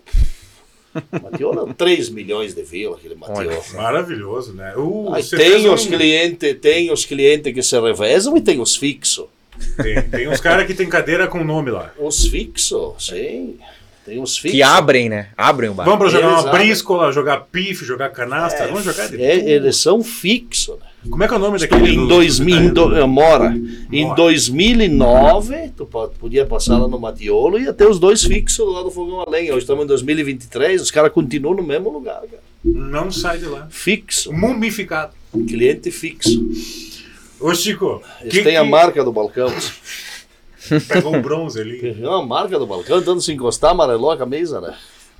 Matiolo, 3 milhões de views, aquele Matiolo. Maravilhoso, né? Uh, Aí você fez tem um- os clientes, tem os clientes que se revezam e tem os fixos. Tem, tem uns caras que tem cadeira com nome lá. Os fixos, sim. Tem os fixos. Que abrem, né? Abrem o bar. Vamos pra jogar Eles uma abrem. bríscola, jogar pife, jogar canastra. Vamos jogar de... É, eles são fixos. Né? Como é que é o nome daquele? Em do- 2000, em do- eh, mora. Em Mora. 2009, tu po- podia passar lá no Matiolo e ia ter os dois fixos lá no fogão a lenha. Hoje estamos em 2023, os caras continuam no mesmo lugar, cara. É, Não sai de lá. Fixo, Mumificado. cliente fixo. Ô, Chico. Eles que- têm a que- marca do balcão. Pegou um bronze ali. É uma marca do balcão, tentando se encostar, amarelou a camisa, né?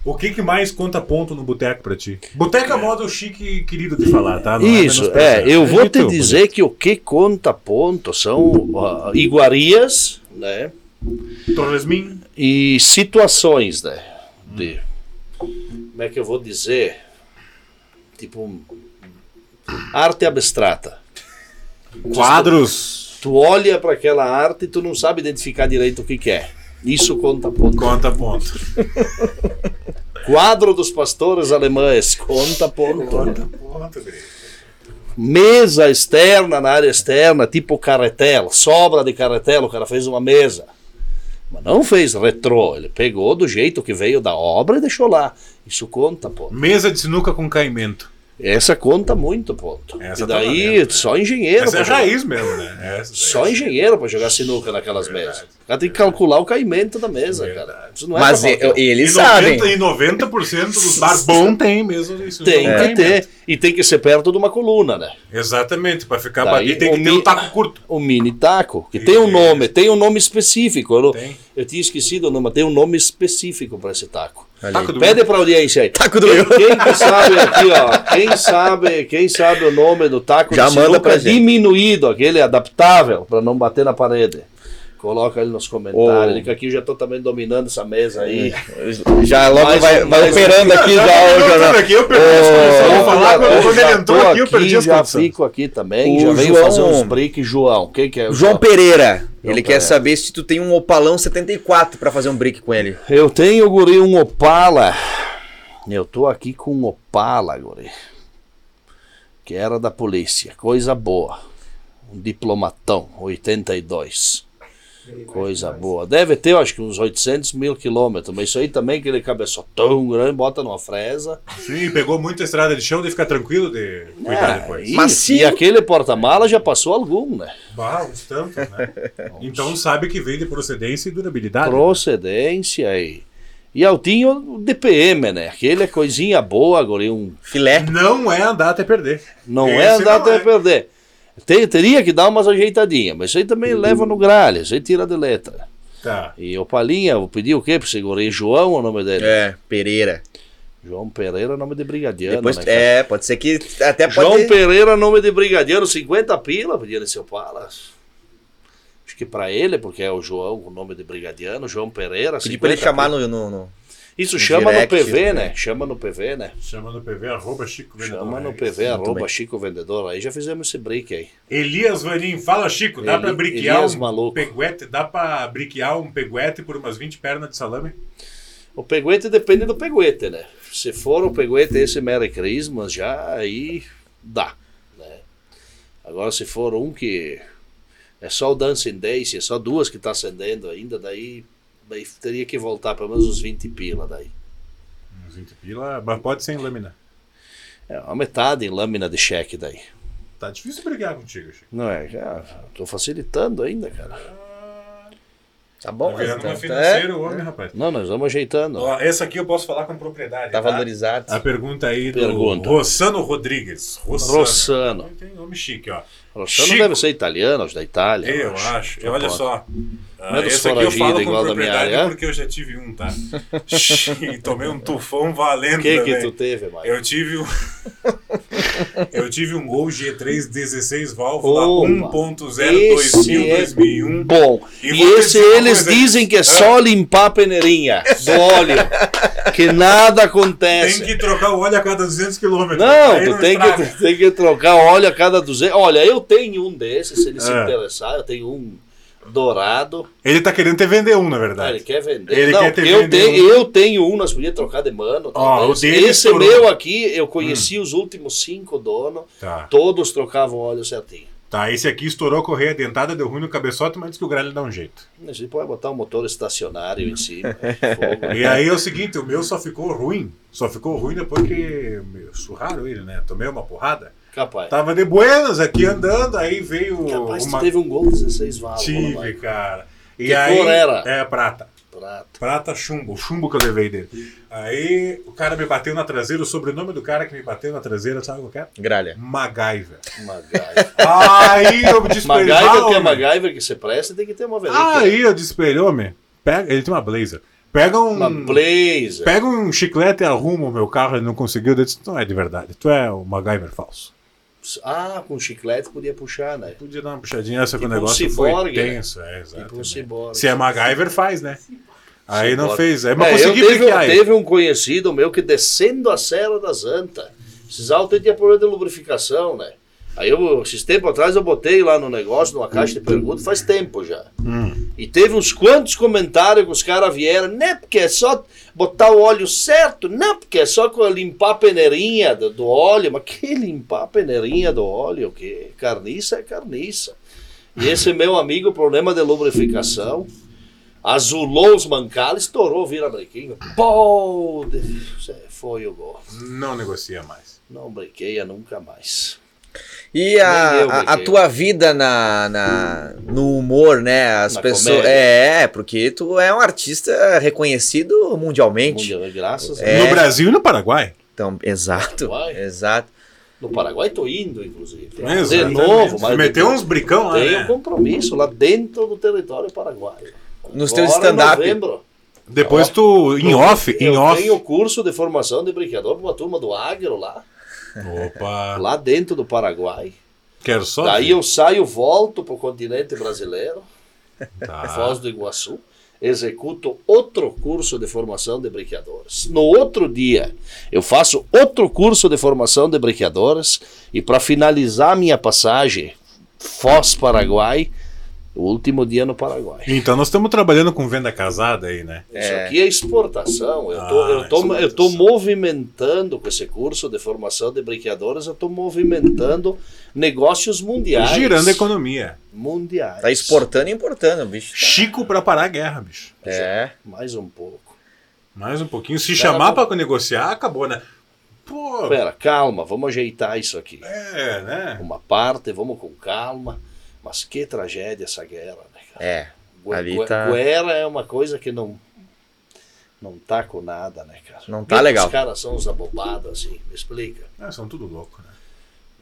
O que, que mais conta ponto no boteco pra ti? Boteco é modo chique e querido de falar, tá? Não Isso, menos é. pesado. Eu vou Acredito, te dizer que o que conta ponto são ah, iguarias, né? mas- Torresmin. E situações, né? De, como é que eu vou dizer? Tipo, arte abstrata. Quadros. Tu olha para aquela arte e tu não sabe identificar direito o que, que é. Isso conta ponto. Conta ponto. Quadro dos pastores alemães, conta ponto. ponto, velho. mesa externa na área externa, tipo carretel, sobra de carretel, o cara fez uma mesa. Mas não fez retrô, ele pegou do jeito que veio da obra e deixou lá. Isso conta, pô. Mesa de sinuca com caimento. Essa conta muito, ponto. Essa e tá daí valendo, né? só engenheiro Essa é pra a jogar. raiz É mesmo, né? Essa daí. Só engenheiro para jogar sinuca naquelas mesas. O cara tem que calcular o caimento da mesa, cara. Isso não é Mas pra e- qualquer um. E eles 90 sabem. E 90% dos bar bom tem mesmo isso. tem não que ter. E tem que ser perto de uma coluna, né? Exatamente, pra ficar Daí batido tem que o ter mi- um taco curto. O mini taco, que tem um Isso. nome, tem um nome específico. Eu, não- Tem. eu tinha esquecido o nome, mas tem um nome específico para esse taco. Taco do Pede para audiência aí. Taco do eu. Quem que sabe aqui, ó, quem sabe, quem sabe o nome do taco Já de manda sinuca pra gente. diminuído, aquele é adaptável para não bater na parede. Coloca ele nos comentários, Ô. ele que aqui eu já tô também dominando essa mesa aí. É. Já logo Mais vai, um, vai mais um. operando aqui já. eu, o jornal. aqui, eu perdi as condições. Eu vou falar, Eu quando quando já ele tô entrou aqui, eu perdi as Já condições. fico aqui também, O já veio João- fazer uns break, João. Quem que é? o João Pereira. ele Pereira. quer saber se tu tem um Opalão 74 pra fazer um break com ele. Eu tenho, guri, um Opala. Eu tô aqui com um Opala, guri. Que era da polícia. Coisa boa. Um diplomatão, 82. Coisa boa. Deve ter, eu acho que uns 800 mil quilômetros. Mas isso aí também, aquele cabeçotão grande, bota numa fresa. Sim, pegou muita estrada de chão, de ficar tranquilo de É, cuidar depois. e, Macio. e aquele porta-mala já passou algum, né? Bah, uns tantos, né? Então sabe que vem de procedência e durabilidade. Procedência e... E eu tinha o DPM, né? Aquele é coisinha boa, guri. Um Filé. Não é andar até perder. Não Esse é andar não até é. perder. Tem- teria que dar umas ajeitadinhas, mas isso aí Uhum. também leva no gralho, isso aí tira de letra. Tá. E o Palinha, vou pedir o quê pro segurei? João é o nome dele? É, Pereira. João Pereira é nome de brigadiano. Depois, né, cara? é, pode ser que até pode. João Pereira, nome de brigadiano, 50 pila, podia nesse seu Palas. Acho que pra ele, porque é o João, o nome de brigadiano, João Pereira. pedir pra ele 50 chamar pila. no. no- no- Isso no chama direct, no PV, né? né? Chama no PV, né? Chama no PV, arroba Chico Vendedor. Chama no Reis. PV, bem. arroba Chico Vendedor. Aí já fizemos esse break aí. Elias Vanim, fala Chico, dá Eli- pra briquear Elias um maluco. peguete, dá pra briquear um peguete por umas 20 pernas de salame? O peguete depende do peguete, né? Se for o peguete esse Merry Christmas, já aí dá, né? Agora se for um que é só o Dancing Days, é só duas que tá acendendo ainda, daí, daí teria que voltar pelo menos uns 20 pila daí. Uns 20 pila, mas pode ser em lâmina. É, a metade em lâmina de cheque daí. Tá difícil brigar contigo, Chico. Não é, já tô facilitando ainda, cara. Tá tá bom, mas virando então, uma tá, financeira o homem, rapaz. é, Não, nós vamos ajeitando. Ó, essa aqui eu posso falar com propriedade. tá? tá valorizado. A pergunta aí do Pergunta. Rossano Rodrigues. Rossano. Rossano. Tem nome chique, ó. Rossano Chico. deve ser italiano, acho da Itália. Eu acho. Não olha pode. é só. Ah, Menos esse aqui eu foragido falo com igual da minha área. é? propriedade porque eu já tive um, tá? e tomei um tufão valendo O que que também. tu teve, Maicon? Eu tive um... Eu tive um Gol G3 16 Opa, válvula 1.0 esse 2000 é 2001. Bom, E um. e, vou esse dizer uma eles coisa. dizem que é só limpar a peneirinha do óleo, que nada acontece. Tem que trocar o óleo a cada 200 km. Não, tu tem que, tu tem que trocar óleo a cada 200. Olha, eu tenho um desses, se ele se É. interessar, eu tenho um dourado. Ele tá querendo te vender um, na Ah, ele verdade. quer vender. Ele Não, quer ter eu, vendido tenho, eu tenho um, nós podíamos trocar de mano. talvez. o dele Esse estourou. Hum. meu aqui, eu conheci os últimos cinco donos, Tá. todos trocavam óleo certinho. Tá, esse aqui estourou a correia dentada, deu ruim no cabeçote, mas diz que o gralho dá um jeito. A gente pode botar um motor estacionário em cima. fogo. né? E aí é o seguinte, o meu só ficou ruim. Só ficou ruim depois que meu, surraram ele, né? Tomei uma porrada. Capaz. Tava de buenas aqui andando, aí veio Capaz Tá uma... tu teve um gol 16 válvulas. lá Tive, em cara. E Que aí, cor era? É, prata. Prato. Prata chumbo, o chumbo que eu levei dele. Aí o cara me bateu na traseira, o sobrenome do cara que me bateu na traseira, sabe qual que é? Gralha. MacGyver. MacGyver. Aí eu disse pra ele, "Ah, MacGyver que é né? homem, MacGyver que se presta, tem que ter uma veleta. Aí eu disse pra ele, homem, pega, ele tem uma blazer. Pega um. Uma blazer. Pega um chiclete e arruma o meu carro, ele não conseguiu. Eu disse, não é de verdade, tu é o MacGyver falso. Ah, com chiclete podia puxar, né? Podia dar uma puxadinha essa com o Tipo um negócio foi ciborgue, né? tenso. É, Tipo um exatamente. ciborgue. Se é MacGyver, faz, né? Aí não Ciborgue. fez. Aí, mas É, eu consegui teve, piquear ele. teve um conhecido meu que descendo a Serra das Antas, esses autos aí tinha problema de lubrificação, né? Aí eu, esses tempos atrás, eu botei lá no negócio, numa caixa de perguntas, faz tempo já. Hum. E teve uns quantos comentários que os caras vieram, né? Porque é só botar o óleo certo, não, porque é só co- limpar a peneirinha do, do óleo. Mas que limpar a peneirinha do óleo? Que carniça é carniça. E esse meu amigo, problema de lubrificação, azulou os mancales, estourou o vira-brequinho. Pô, Deus, é, foi o gol. Não negocia mais. Não brequeia nunca mais. E a, Nem eu, a- a Miquel. tua vida na, na- no humor, né? As Na pessoas. comédia. É, é, porque tu é um artista reconhecido mundialmente. Mundial, graças a É. No Brasil e no Paraguai. Então, exato. Vai. Exato. No Paraguai tô indo, inclusive. É, De É, Exatamente. novo, mas Meteu uns bricão lá, Tem um né? compromisso lá dentro do território paraguaio. Nos Agora, teus stand-up. em novembro, Depois tu, em eu- off, em eu off. tenho curso de formação de brinquedor para uma turma do Agro lá, Opa, lá dentro do Paraguai. quero Ah. só. Daí ver. eu saio, volto para o continente brasileiro, Tá. É Foz do Iguaçu, executo outro curso de formação de brinquedores. No outro dia, eu faço outro curso de formação de brinquedores e para finalizar minha passagem, Foz-Paraguai, o último dia no Paraguai. Então nós estamos trabalhando com venda casada aí, né? Isso É. aqui é exportação. Eu tô, Ah, eu tô, eu tô exportação. movimentando com esse curso de formação de brinqueadores, eu tô movimentando negócios mundiais. Tá Girando a economia. Mundiais. Tá exportando e importando, bicho. Chico pra parar a guerra, bicho. É. Mais um pouco. Mais um pouquinho. Se Cara, chamar não- pra negociar, acabou, né? Pô, Pera, calma, vamos ajeitar isso aqui. é, né? Uma parte, vamos com calma. Mas que tragédia essa guerra, né, cara? É. Gue- ali gue- tá- Guerra é uma coisa que não. Não tá com nada, né, cara? Não tá Por que legal. Os caras são os abobados assim, me explica. É, são tudo louco, né?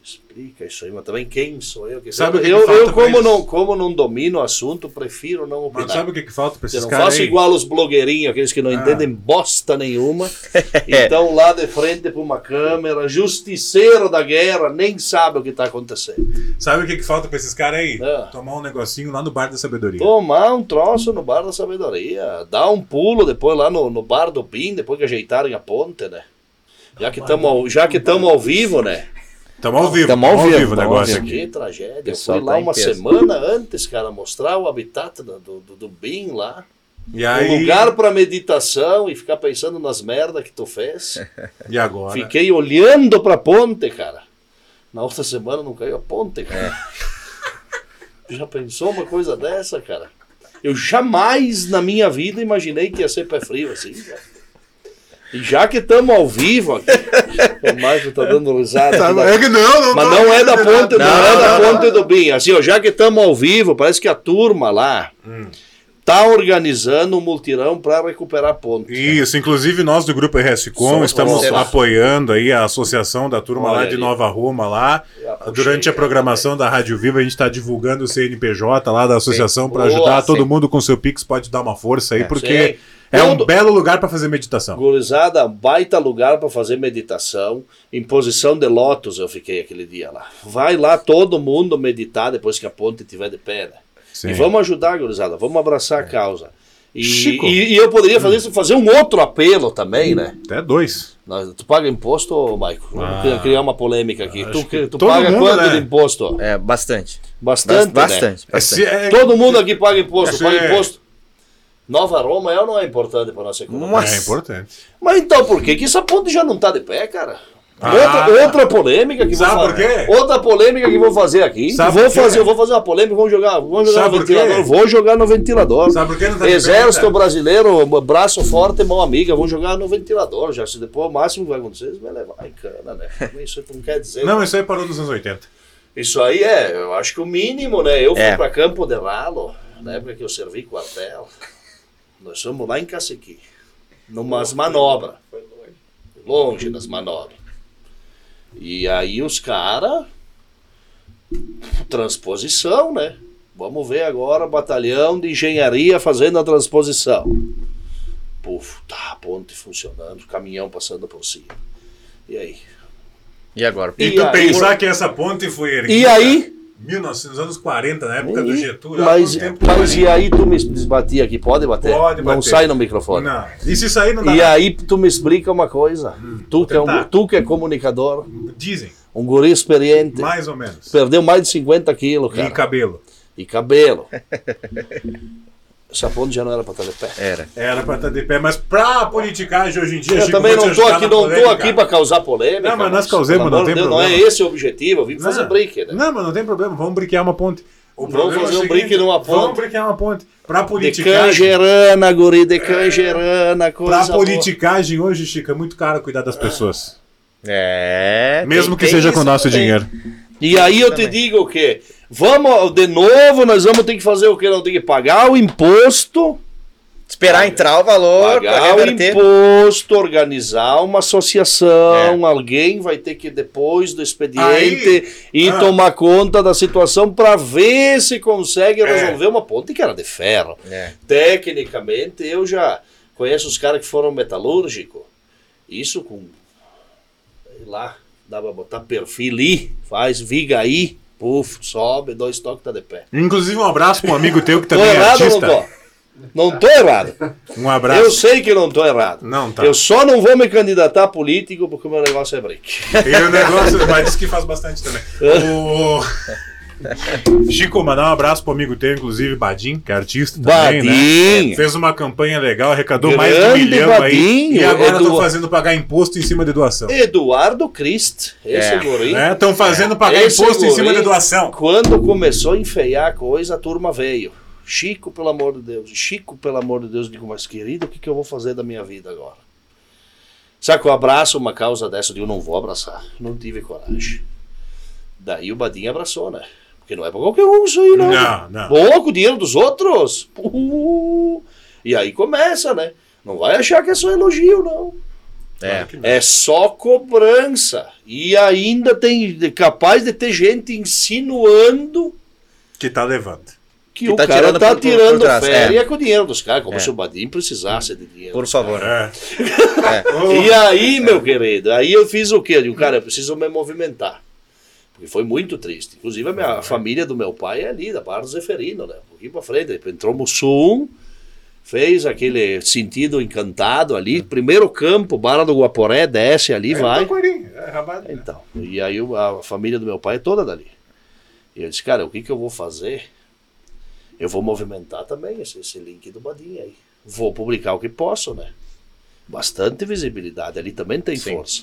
Explica isso aí, mas também quem sou eu? Que Sabe o eu, que que eu, falta pra como, eles? não, como não domino o assunto, prefiro não opinar. Mas sabe o que, que falta pra eu esses não caras? faço aí? igual os blogueirinhos, aqueles que não Ah. entendem bosta nenhuma. É. Então, lá de frente para uma câmera, justiceiro da guerra, nem sabe o que está acontecendo. Sabe o que, que falta pra esses caras aí? Ah. Tomar um negocinho lá no bar da sabedoria. Tomar um troço no bar da sabedoria, dar um pulo depois lá no, no bar do Pim, depois que ajeitarem a ponte, né? Já que estamos ao vivo, né? Tamo ao vivo. Tamo ao tamo vivo, o tamo ao negócio vivo. aqui. Que tragédia. Eu Pessoal fui lá tá em uma peso. semana antes, cara, mostrar o habitat do, do, do Bin lá. E aí. Um lugar para meditação e ficar pensando nas merdas que tu fez. E agora? Fiquei olhando pra ponte, cara. Na outra semana não caiu a ponte, É. cara. Já pensou uma coisa dessa, cara? Eu jamais na minha vida imaginei que ia ser pé frio assim, cara. E já que estamos ao vivo aqui, o Marco tá dando risada. aqui na- É que não, não mas tô- não é da ponte, não, é da não, ponte do Bim. Assim, ó, já que estamos ao vivo, parece que a turma lá Hum. tá organizando um multirão para recuperar a ponte. Isso, inclusive nós do grupo RS Com Somos estamos vocês. apoiando aí a associação da turma Olha lá de aí. Nova Roma lá. Já puxei, Durante a já. programação da Rádio Viva, a gente tá está divulgando o CNPJ lá da associação para Boa, ajudar todo sim. mundo com seu Pix, pode dar uma força aí, porque Sim. É um Todo- belo lugar pra fazer meditação. Gurizada, baita lugar para fazer meditação. Em posição de lótus eu fiquei aquele dia lá. Vai lá todo mundo meditar depois que a ponte estiver de pé. né? Sim. É. E vamos ajudar, gurizada. Vamos abraçar a causa. E, Chico. Hum. e- e eu poderia fazer isso, fazer um outro apelo também, né? Até dois. Nós- Tu paga imposto, ô, Maico? Ah. Vamos cri- criar uma polêmica aqui. Acho Tu, que tu todo paga mundo, quanto né? de imposto? É, bastante. Bas- Bastante, né? Bastante. É, bastante. se- é- Todo mundo aqui paga imposto, Esse- paga imposto. Nova Roma é ou não é importante para nossa economia? Nossa. é importante. Mas então por que que essa ponte já não tá de pé, cara? Ah. Outra, outra polêmica que Sabe vou por fazer. quê? Outra polêmica que vou fazer aqui. Sabe vou por quê? fazer, eu vou fazer uma polêmica, vamos jogar, vamos jogar Sabe no por quê? ventilador. Vou jogar no ventilador. Sabe por que não tá de pé, Exército cara? brasileiro, braço forte, mão amiga, vão jogar no ventilador. Já se depois o máximo que vai acontecer, eles vai levar em cana, né? Isso não quer dizer. Não, isso aí parou nos anos 80. Isso aí é, eu acho que o mínimo, né? Eu fui É. pra Campo de Lalo, na época que eu servi quartel. Nós fomos lá em Cacequi, numas manobras. Longe das manobras. E aí os caras. Transposição, né? Vamos ver agora, batalhão de engenharia fazendo a transposição. Puf, tá, a ponte funcionando, caminhão passando por cima. E aí? E agora? E, E tu aí? pensar que essa ponte foi erguida. E aí? 1900, anos 40, na época do Ih, Getúlio. Mas, há quanto tempo mas tem? e aí tu me desbatia aqui, pode bater? Pode Não bater. sai no microfone. Não. E se sair não dá. Hum, E aí tu me explica uma coisa. tu, que é um- tentar. tu que é comunicador, Dizem, um guri experiente, mais ou menos. perdeu mais de 50 quilos, cara. E cabelo. E cabelo. Essa ponte já não era pra estar de pé. Era. Era pra estar de pé, mas pra politicagem hoje em dia. Eu Chico, também vou te não tô ajudar aqui, na não tô polêmica. aqui pra causar polêmica. Não, mas nós mas, causemos, pelo não amor de tem Deus, Não é problema. esse o objetivo, eu vim fazer brique, né? Não, é mas não tem problema, vamos briquear uma ponte. O Vamos problema é o fazer um seguinte, brique numa ponte. Vamos briquear uma ponte. Pra De politicagem. canjerana, guri, de canjerana, coisa Pra boa. Ah, politicagem hoje, Chico, é muito caro cuidar das pessoas. É. Mesmo tem- que tem seja com isso o nosso também. dinheiro. E aí eu te Também. digo o quê? Vamos, de novo, nós vamos ter que fazer o quê? Nós temos que pagar o imposto, Esperar entrar o valor pra pagar o reverter. imposto, organizar uma associação, É. alguém vai ter que depois do expediente ir ah. tomar conta da situação para ver se É. consegue resolver uma ponte que era de ferro. É. Tecnicamente, eu já conheço os caras que foram metalúrgico. Isso com. sei lá, dá pra botar perfil I, faz viga aí, puf, sobe, dois toques, tá de pé. Inclusive, um abraço pra um amigo teu que Tô também é errado ou artista. não tô? Não tô errado. Um abraço. Eu sei que não tô errado. Não tá. Eu só não vou me candidatar a político porque o meu negócio é break. E o negócio, mas diz que faz bastante também. O... Chico, mandar um abraço pro amigo teu, inclusive, Badim, que é artista também, Badim. né? Fez uma campanha legal, arrecadou mais de Grande um milhão aí. Badim, E agora estão Edu- fazendo pagar imposto em cima de doação. Eduardo Crist, esse É, guri. Estão fazendo pagar Esse imposto em guri, cima de doação. Quando começou a enfeiar a coisa, a turma veio. Chico, pelo amor de Deus. Chico, pelo amor de Deus. Eu Digo, mas querido, o que, que eu vou fazer da minha vida agora? Sabe que eu abraço uma causa dessa? Eu digo, não vou abraçar. Não tive coragem. Daí o Badinho abraçou, né? Porque não é pra qualquer um isso aí, não. Não, não. Pouco dinheiro dos outros. Uh, e aí começa, né? Não vai achar que é só elogio, não. É. É só cobrança. E ainda tem capaz de ter gente insinuando Que tá levando. que, Que o tá cara tirando tá por- por- por tirando trás, férias com o dinheiro dos caras, como É. se o Badim precisasse de dinheiro. Por É. favor. É. E aí, meu querido, aí eu fiz o quê? Eu digo, cara, eu preciso me movimentar. Porque foi muito triste. Inclusive, a, minha, a família do meu pai é ali, da Barra do Zeferino, né? Um pouquinho pra frente. Entrou no sul, fez aquele sentido encantado É. ali. Primeiro campo, Barra do Guaporé, desce ali, então, vai. Taquari, é, Rabada. Então, e aí o- a família do meu pai é toda dali. E eu disse, cara, o que, que eu vou fazer? Eu vou movimentar também esse, esse link do Badinha aí. Vou publicar o que posso, né? Bastante visibilidade, ali também tem Sim. força.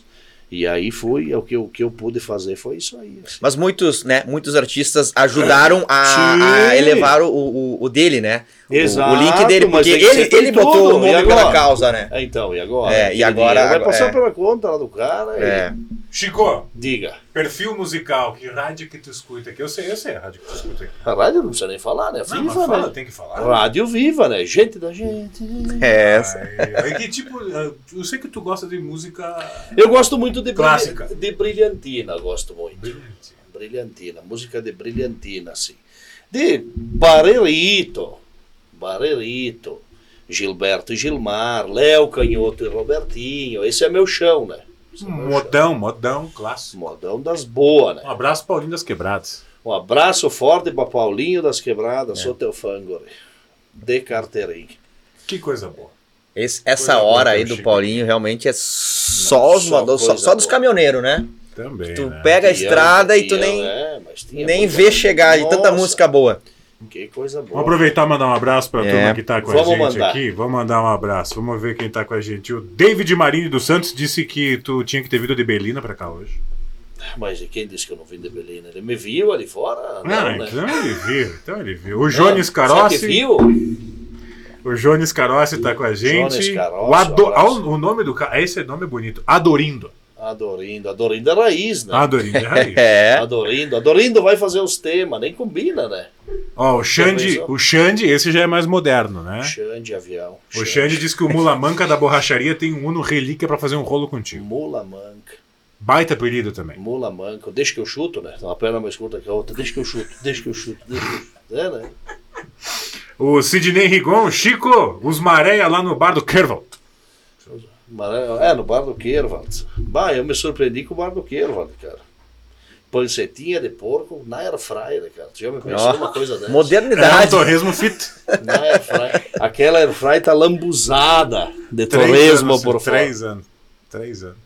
E aí fui, o que, eu- o que eu pude fazer foi isso aí. assim. Mas muitos, né? Muitos artistas ajudaram a, a Sim. elevar o, o, o dele, né? O- Exato, o link dele, mas porque tem que ser ele, com ele botou tudo, o e nome agora? pela causa, né? É, Então, e agora? É, e Aquele agora- dinheiro Vai agora- passar é. pela conta lá do cara É. e... Chico, Diga. perfil musical, que rádio que tu escuta? Que eu sei, eu sei a rádio que tu escuta. aqui. A rádio não precisa nem falar, né? Não, mas Viva, fala, né? tem que falar. Rádio viva, né? Gente da gente... É, essa. Aí, aí que tipo, eu sei que tu gosta de música Eu gosto muito de, brilha- Clássica. de brilhantina, gosto muito. brilhante. Brilhantina, música de brilhantina, assim. De Barrerito, Barrerito, Gilberto e Gilmar, Léo Canhoto e Robertinho. Esse é meu chão, né? Esse é meu chão. Modão, modão, clássico. Modão das boas, né? Um abraço, Paulinho das Quebradas. Um abraço forte pra Paulinho das É. Quebradas, sou teu fã, guri. De carteirinha. Que coisa boa. Esse- essa Coisa boa, hora aí teu do Chico. Paulinho realmente é só os né, só modos- só, coisa só dos boa. caminhoneiros, né? Também. Tu né? pega a Tinha, estrada e tu tinha, nem, né? Mas tinha nem muita- vê chegar e tanta Nossa, música boa. Que coisa boa. Vamos aproveitar e mandar um abraço para a É. turma que está com Vamos a gente mandar. aqui. Vamos mandar um abraço. Vamos ver quem está com a gente. O David Marini dos Santos disse que tu tinha que ter vindo de Berlina para cá hoje. Mas quem disse que eu não vim de Belém? né? Ele me viu ali fora? Não, ah, né? então ele viu. Então ele viu. O Jones Você que Carossi. viu? O Jones Carossi tá com a gente. Jones Carossi, o, Ado- um abraço. Ah, o nome do cara. Esse nome é bonito. Adorindo. Adorindo. Adorindo é raiz, né? Adorindo. é raiz. É. Adorindo. Adorindo vai fazer os temas. Nem combina, né? Ó, o Xande, Talvez, ó. o Xande, esse já é mais moderno, né? Xande, avião. O Xande diz que o Mula Manca da borracharia tem um Uno relíquia para fazer um rolo contigo. Mula manca. Baita apelido também. Mula manca. Deixa que eu chuto, né? Uma perna mais curta que a outra. Deixa que eu chuto. Deixa que eu chuto. Deixa que eu chuto. É, né? O Sidney Rigon, Chico, os Maréia lá no bar do Kerval. Mara- É, no bar do Kervald. Bah, eu me surpreendi com o bar do Kervald, cara. Pancetinha de porco na air fryer, né, cara. Tu já me pensou Ó, uma coisa dessa? É um modernidade. torresmo fit. Na air fryer. Aquela air fryer tá lambuzada de Três torresmo anos, assim, por fora. três anos. Três anos.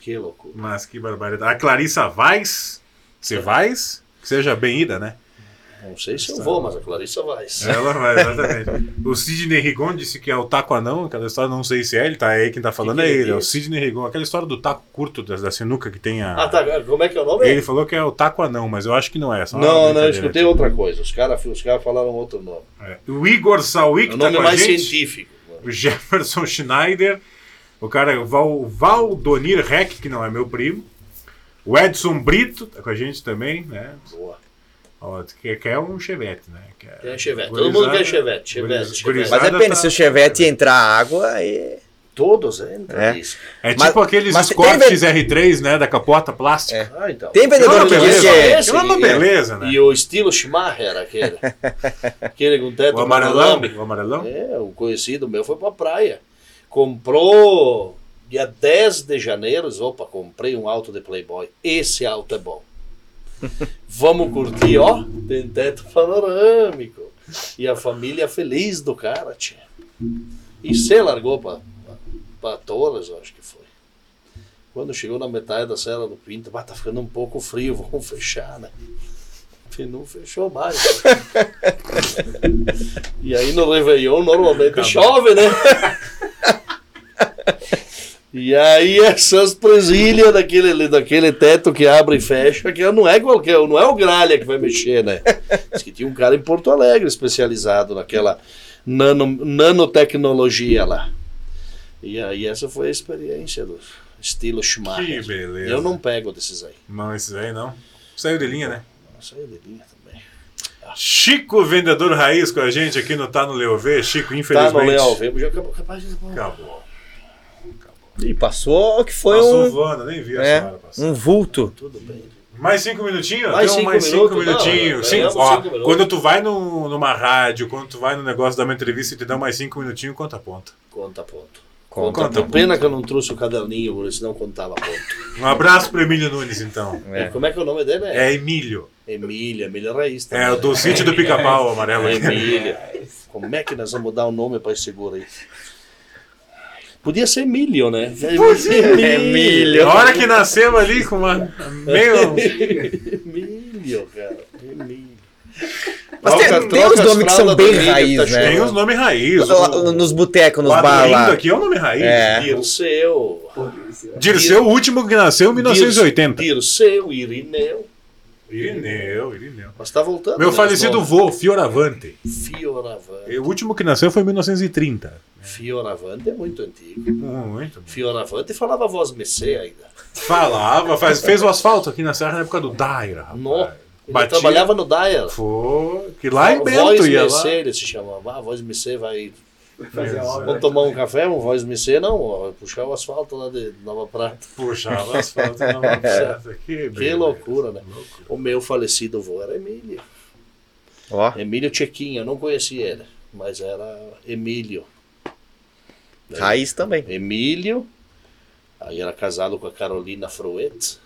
Que loucura. Mas que barbaridade. A Clarissa Vaz, se Vaz, que seja bem ida, né? Não sei se eu vou, mas a Clarissa vai. Ela vai, exatamente. o Sidney Rigon disse que é o taco anão, aquela história, não sei se é ele, tá aí quem tá falando que é ele ele, é o disse? Sidney Rigon, aquela história do taco curto da, da sinuca que tem a. Ah, tá. Como é que é o nome? Ele falou que é o taco anão, mas eu acho que não é. só uma Não, não, eu brincadeira. escutei outra coisa. Os caras os cara falaram outro nome. É. O Igor Sawick É O tá nome com a mais gente. científico. O Jefferson Schneider, o cara o Val, Valdonir Reck, que não é meu primo. O Edson Brito tá com a gente também, né? Boa. Ó, que, que é um chevette, né? Que é, Quer um Chevette. Todo mundo quer Chevette. Chevette. Gurizada- Mas é Chevette. Nada depende, tá- se o Chevette entrar água, aí. Todos entram É. nisso. É tipo Mas- aqueles mas tem É. Scortes R3, né? Da capota plástica. Ah, então. Tem Não, vendedor não, que diz beleza. que é. Aquilo é uma E- beleza, né? E o estilo Schumacher, aquele. aquele com teto O amarelão. marolambe. O amarelão. É, o conhecido meu foi pra praia. Comprou dia 10 de janeiro. disse, Opa, comprei um alto de Playboy. Esse alto é bom. Vamos curtir, ó. Tem teto panorâmico. E a família feliz do cara, tia. E se largou pra, pra Torres, eu acho que foi. Quando chegou na metade da Serra do Pinto, bah, tá ficando um pouco frio, vamos fechar, né? E não fechou mais. e aí no Réveillon normalmente Acabou. chove, né? E aí essas presilhas daquele, daquele teto que abre e fecha, que não é qualquer, não é o gralha que vai mexer, né? Diz que tinha um cara em Porto Alegre especializado naquela nano, nanotecnologia lá. E aí essa foi a experiência do estilo Que Schumacher. beleza. Eu não pego desses aí. Não, esses aí não. Saiu de linha, né? Nossa, eu delinha é também. Chico, vendedor raiz com a gente aqui no Tá no Leovê. Chico, Tá no infelizmente. Leal Vivo, já acabou. Capaz de... Acabou. E passou que foi Passou um, voando, nem vi a é, senhora passar. um vulto. Tudo bem. Mais cinco minutinhos? Mais Então, cinco mais cinco minutos, minutinhos. não, Sim, ganhamos ó, cinco minutos. Quando tu vai num- numa rádio, quando tu vai no negócio da uma entrevista e te dá mais cinco minutinhos, conta ponto. Conta ponto. Conta Conta, ponto. ponto. Pena que eu não trouxe o caderninho, porque senão contava ponto. Um abraço pro Emílio Nunes, então. É. Como é que é o nome dele? É, É Emílio. Emília, Emília Raiz. É o também, do né? sítio do pica-pau É amarelo. Emília. Como é que nós vamos dar o nome para esse seguro aí? Podia ser milho, né? Emílio. Na hora que nasceu ali com uma. Meio. Milho, cara. Milho. Mas tem- Troca- tem uns troca as tá nomes que são fraldas bem do milho, raiz, né? É. Tem uns nomes raiz. Lá- Nos botecos, nos bar Quadrindo lá. aqui é um nome raiz. É. Dirceu. Dirceu, o último que nasceu em 1980. Dirceu, Irineu. Irineu, Irineu. Mas tá voltando. Meu né, falecido os vô, Fioravante. nomes. Fioravante. O último que nasceu foi em 1930. Fioravante é muito antigo. Muito. Fioravante falava a voz Messê ainda. Falava, faz- fez o asfalto aqui na Serra na época do Daira. rapaz. No. Ele Ah, Batia- trabalhava no Dyer. Foi, que lá em Bento voz ia lá. Messê, ele se chamava. Ah, voz Messê vai Fazer a obra. Vamos tomar um café, um voz mecê, não, ó, puxar o asfalto lá de Nova Prata. Puxava o asfalto na mão certa. Que, É. Que beleza. loucura, né? O meu falecido avô era Emílio. Ó. Emílio Chequinha, eu não conhecia ele, mas era Emílio. Raiz também. Emílio. Aí era casado com a Carolina Frouet.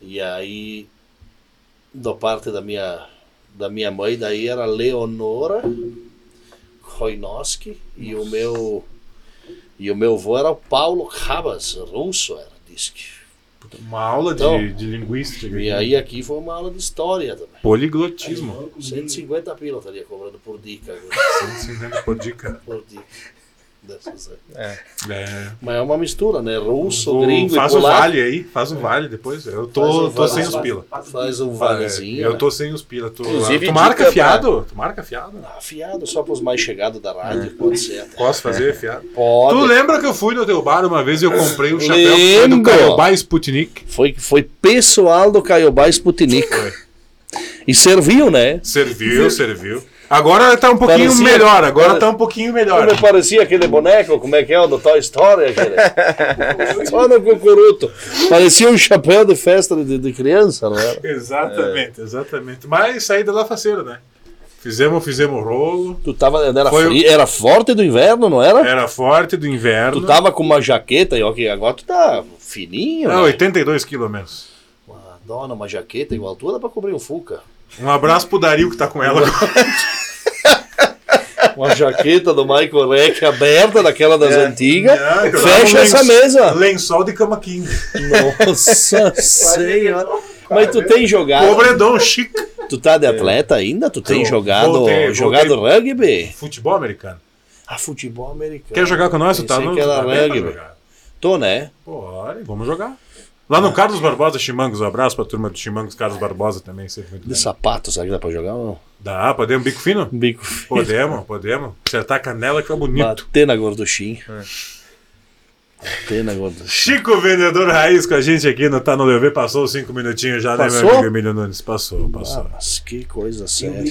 E aí, da parte da minha, da minha mãe, daí era Leonora Koinoski. E o meu e o meu avô era o Paulo Cabas, russo era, diz que. Uma aula Então, de, de linguística. E aí aqui foi uma aula de história também. Poliglotismo. 150 pila eu estaria cobrando por dica. agora, 150 por né? dica. Por dica. Dessas aí. É, Mas é uma mistura, né? Russo, o- gringo faz e o polaco. vale aí, faz o vale depois. Eu tô, Faz o tô vale. sem os pila. Faz um É, valezinho. Eu tô sem os pila. Tô, Inclusive, tu marca dica pra- fiado? Tu marca fiado? né? Afiado, só pros mais chegados da rádio, É. pode ser. até. Posso fazer fiado? Pode. Tu lembra que eu fui no teu bar uma vez e eu comprei um chapéu que foi do Lembro. Caiobá Sputnik? Foi, foi pessoal do Caiobá Sputnik. E serviu, né? Serviu, serviu. Agora tá um pouquinho Parecia- melhor, agora Pare- tá um pouquinho melhor. Como parecia aquele boneco, como é que é o do Toy Story? aquele? Só no cucuruto. Parecia um chapéu de festa de, de criança, não era? Exatamente, exatamente. Mas saí da lá faceiro, né? Fizemos, fizemos rolo. Tu tava, era, Foi o- É. frio- era forte do inverno, não era? Era forte do inverno. Tu tá tava com uma jaqueta, e ok, agora tu tá fininho, Ah, né? 82 quilos menos. Uma dona, uma jaqueta igual tua, dá pra cobrir um Fuca. Um abraço pro Dario que tá com ela agora. Uma jaqueta do Michael Reck aberta, daquela das antigas. Ah, eu Fecha tava essa lenço- mesa. Lençol de cama king. Nossa senhora. Mas tu tem jogado. Pobredão chique. Tu tá É. de atleta ainda? Tu tem Eu jogado, voltei, jogado rugby? Futebol americano. Ah, futebol americano. Quer jogar com nós? Tu tá Pensei no. que é, era tá bem pra rugby. jogar. Tô, né? Bora, vamos jogar. É. Lá no Carlos Barbosa Chimangos, um abraço pra turma do Chimangos Carlos Barbosa também, sempre muito De bem. sapato, será que dá pra jogar ou não? Um Dá, podemos Um bico fino? Bico. Podemos, podemos. Acertar a canela que é bonito. É. Bater na gorduchinha. Bater na gorduchinha. Chico Vendedor Raiz com a gente aqui no Tá no Leuve. Passou cinco minutinhos já, né, meu Passou? amigo Emílio Nunes? Passou, passou. Ah, mas que coisa séria.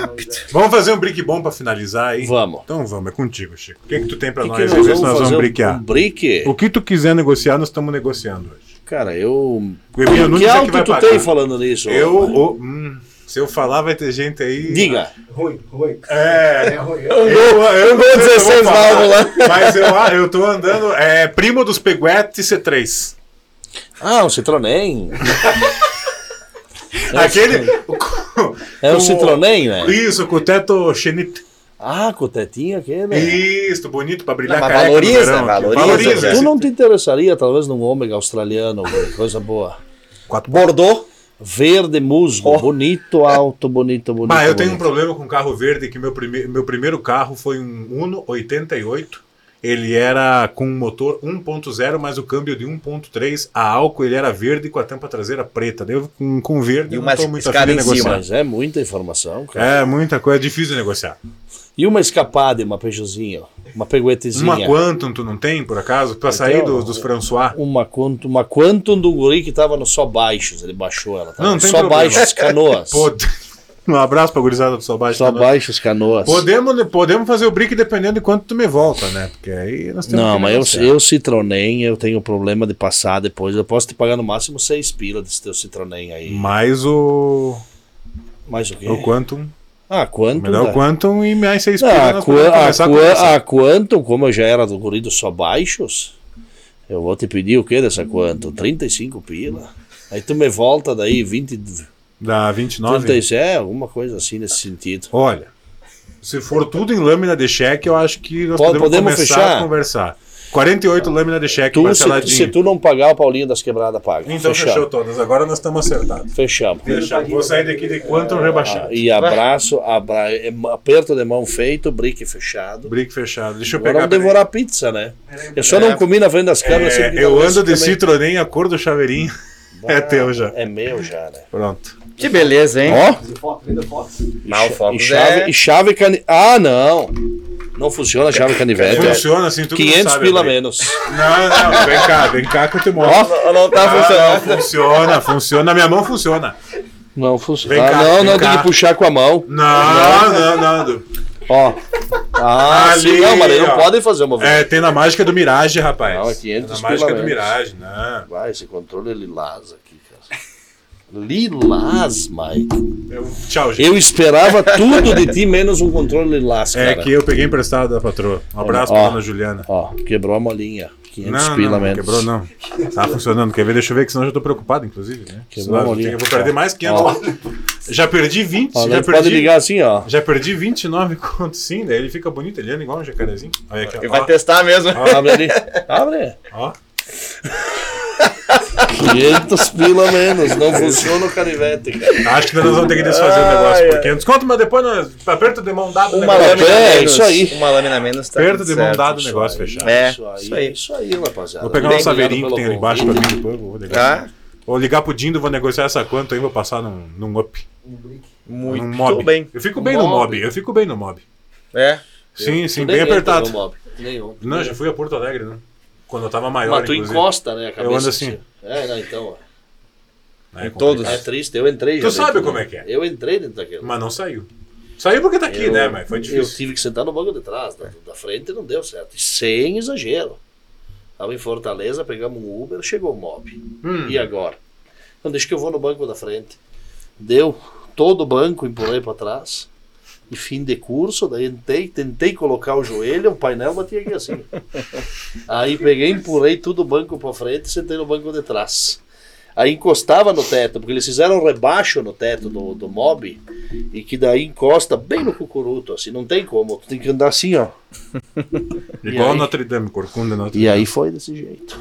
Rápido. Vamos fazer um brick bom pra finalizar aí? Vamos. Então vamos, é contigo, Chico. O que, que tu tem pra Que que nós? aí? Vê se nós vamos fazer? briquear. Um brique? O que tu quiser negociar, nós estamos negociando hoje. Cara, eu. O Emílio Nunes que é que alto vai tu pagar. tem falando nisso? Eu. o- hum, se eu falar, vai ter gente aí. Diga. Ruim, ruim. É. É ruim. Eu, eu não sei se eu vou 16 falar, válvula. Mas eu, ah, eu tô andando. É primo dos Peguete C3. Ah, um Citroën. Aquele. É um com- Citroën, né? Isso, com o teto Xenit. Ah, com tetinha aqui, né? Isso, bonito pra brilhar É. Não, mas careca no valoriza, verão aqui. valoriza, Valoriza. né? Tu não te interessaria, talvez, num ômega australiano, alguma coisa boa. Quatro Bordô. Verde musgo, bonito, alto, bonito, bonito. Oh. Bah, eu tenho um bonito. problema com carro verde, que meu, prime... meu primeiro carro foi um Uno 88. Ele era com um motor 1.0, mas o câmbio de 1.3 a álcool, ele era verde com a tampa traseira preta. Daí Eu, com, com verde, E eu uma não tô muito afim escada de em cima. negociar. Mas é muita informação, cara. É, muita coisa, é difícil negociar. E uma escapada, uma Peugeotzinha, uma peguetezinha. Uma Quantum tu não tem, por acaso? Pra sair é. tenho um- do- uma- dos François. Uma Quantum, uma Quantum do guri que tava no Só Baixos, ele baixou ela. Tava Não, no tem Só problema. Baixos Canoas. Pô, um abraço pra gurizada do Sobate. Só Baixos Canoas. Podemos, né, podemos fazer o brick dependendo de quanto tu me volta, né? Porque aí nós temos Não, que mas negociar. eu, eu Citroën, eu tenho problema de passar depois. Eu posso te pagar no máximo seis pila desse teu Citroën aí. Mais o... Mais o quê? o Quantum... Ah, quanto? Melhor o dá? Quantum e mais seis Não, pilas, Ah, a, nós Quan- podemos a, começar a Quan- conversar. a Quantum, como eu já era do Gorido só baixos, eu vou te pedir o que dessa Quantum? 35 pila. Aí tu me volta daí 20, Da 29. 37, é, alguma coisa assim nesse sentido. Olha, se for tudo em lâmina de cheque, eu acho que nós Pode- podemos, podemos começar a fechar? conversar. 48 lâmina de cheque Tu, se, parceladinho. se tu não pagar, o Paulinho das Quebradas paga. Então Fechamos. fechou todas, agora nós estamos acertados. Fechamos. Fechamos. Vou sair daqui de Quantum Ah, rebaixado. e abraço, abra... é, aperto de mão feito, brique fechado. Brick fechado. Deixa eu Agora pegar. vamos devorar pizza, né? Eu só É. não comi na frente das câmeras. É, tive que dar eu um ando de também. Citroën, a cor do chaveirinho. É teu já. É meu já, né? Pronto. Que beleza, hein? Ó, De foto, vem de foto. Não, o E Focus chave, é- e chave cani... Ah, não. Não funciona chave canivete. é. Funciona assim, tu que não 500 sabe, pila Brick. menos. Não, não, vem cá, vem cá que eu te mostro. Não, não tá Ah, funcionando. não, funciona, funciona. Na minha mão funciona. Não Vem funciona. cá, Ah, não, vem não, cá. tem que puxar com a mão. Não, não, não. Du. Ó. Ah, Ali, sim, não, mas eles ó. não podem fazer uma vez. É, tem na mágica do Mirage, rapaz. Não, é 500 na mágica pila do menos. Mirage, né? Vai, esse controle ele lasa aqui, é cara. Lilás, Mike. Eu- tchau, gente. Eu esperava tudo de ti, menos um controle lilás, cara. É que eu peguei emprestado da patroa. Um abraço pra Ó. dona Juliana. Ó, quebrou a molinha. 500 Não, pila não, não menos. quebrou não. Tá funcionando, quer ver? Deixa eu ver, que senão eu já tô preocupado, inclusive. Né? Quebrou Senão a eu bolinha. tenho- eu vou perder mais 500. Ó. Já perdi 20, Ó, já daí tu pode perdi, ligar assim, ó. já perdi 29 conto sim, daí ele fica bonito, ele anda igual um jacarezinho. Olha aqui, Ele ó. vai testar mesmo. Abre ali. Abre. ó. 500 pila menos. Não funciona o canivete, cara. Acho que nós vamos ter que desfazer o negócio por 500 conto, mas depois nós aperta de mão dada o Uma negócio. lâmina É, menos. isso aí. Uma lâmina menos tá Aperta tudo de mão certo. dada o negócio fechado. É, isso aí. isso aí. Isso aí, rapaziada. Vou pegar um Bem, saveirinho que obrigado tem ali pelo embaixo pra convite. mim depois. Vou, ligar. Tá? vou ligar pro Dindo, vou negociar essa conta aí, vou passar num, num up. Muito num Um mob. bem. Eu fico bem no Mob. mob, eu fico bem no mob. É. Sim, Tu sim, nem bem entra apertado. no mob, Nenhum. Não, já fui a Porto Alegre, né? Quando eu tava maior, Mas tu inclusive. encosta, né? A cabeça, ando assim. É, não, então. ó. É, complicado. todos. É triste, eu entrei. Tu já dentro, sabe né? como é que é. Eu entrei dentro daquele. Mas não saiu. Saiu porque tá aqui, Eu- né? Mas foi Eu difícil. tive que sentar no banco de trás, da, da frente não deu certo. E Sem exagero. Estava em Fortaleza, pegamos um Uber, chegou o mob. Hum. E agora? Então deixa que eu vou no banco da frente. Deu todo o banco, empurrei para trás. E fim de curso, daí tentei, tentei colocar o joelho, o painel batia aqui assim. Aí peguei, empurrei tudo o banco para frente e sentei no banco de trás. Aí encostava no teto, porque eles fizeram um rebaixo no teto do, do mob, e que daí encosta bem no cucuruto, assim, não tem como, tu tem que andar assim, ó. Igual aí? Notre Dame, Corcunda Notre Dame. E aí foi desse jeito.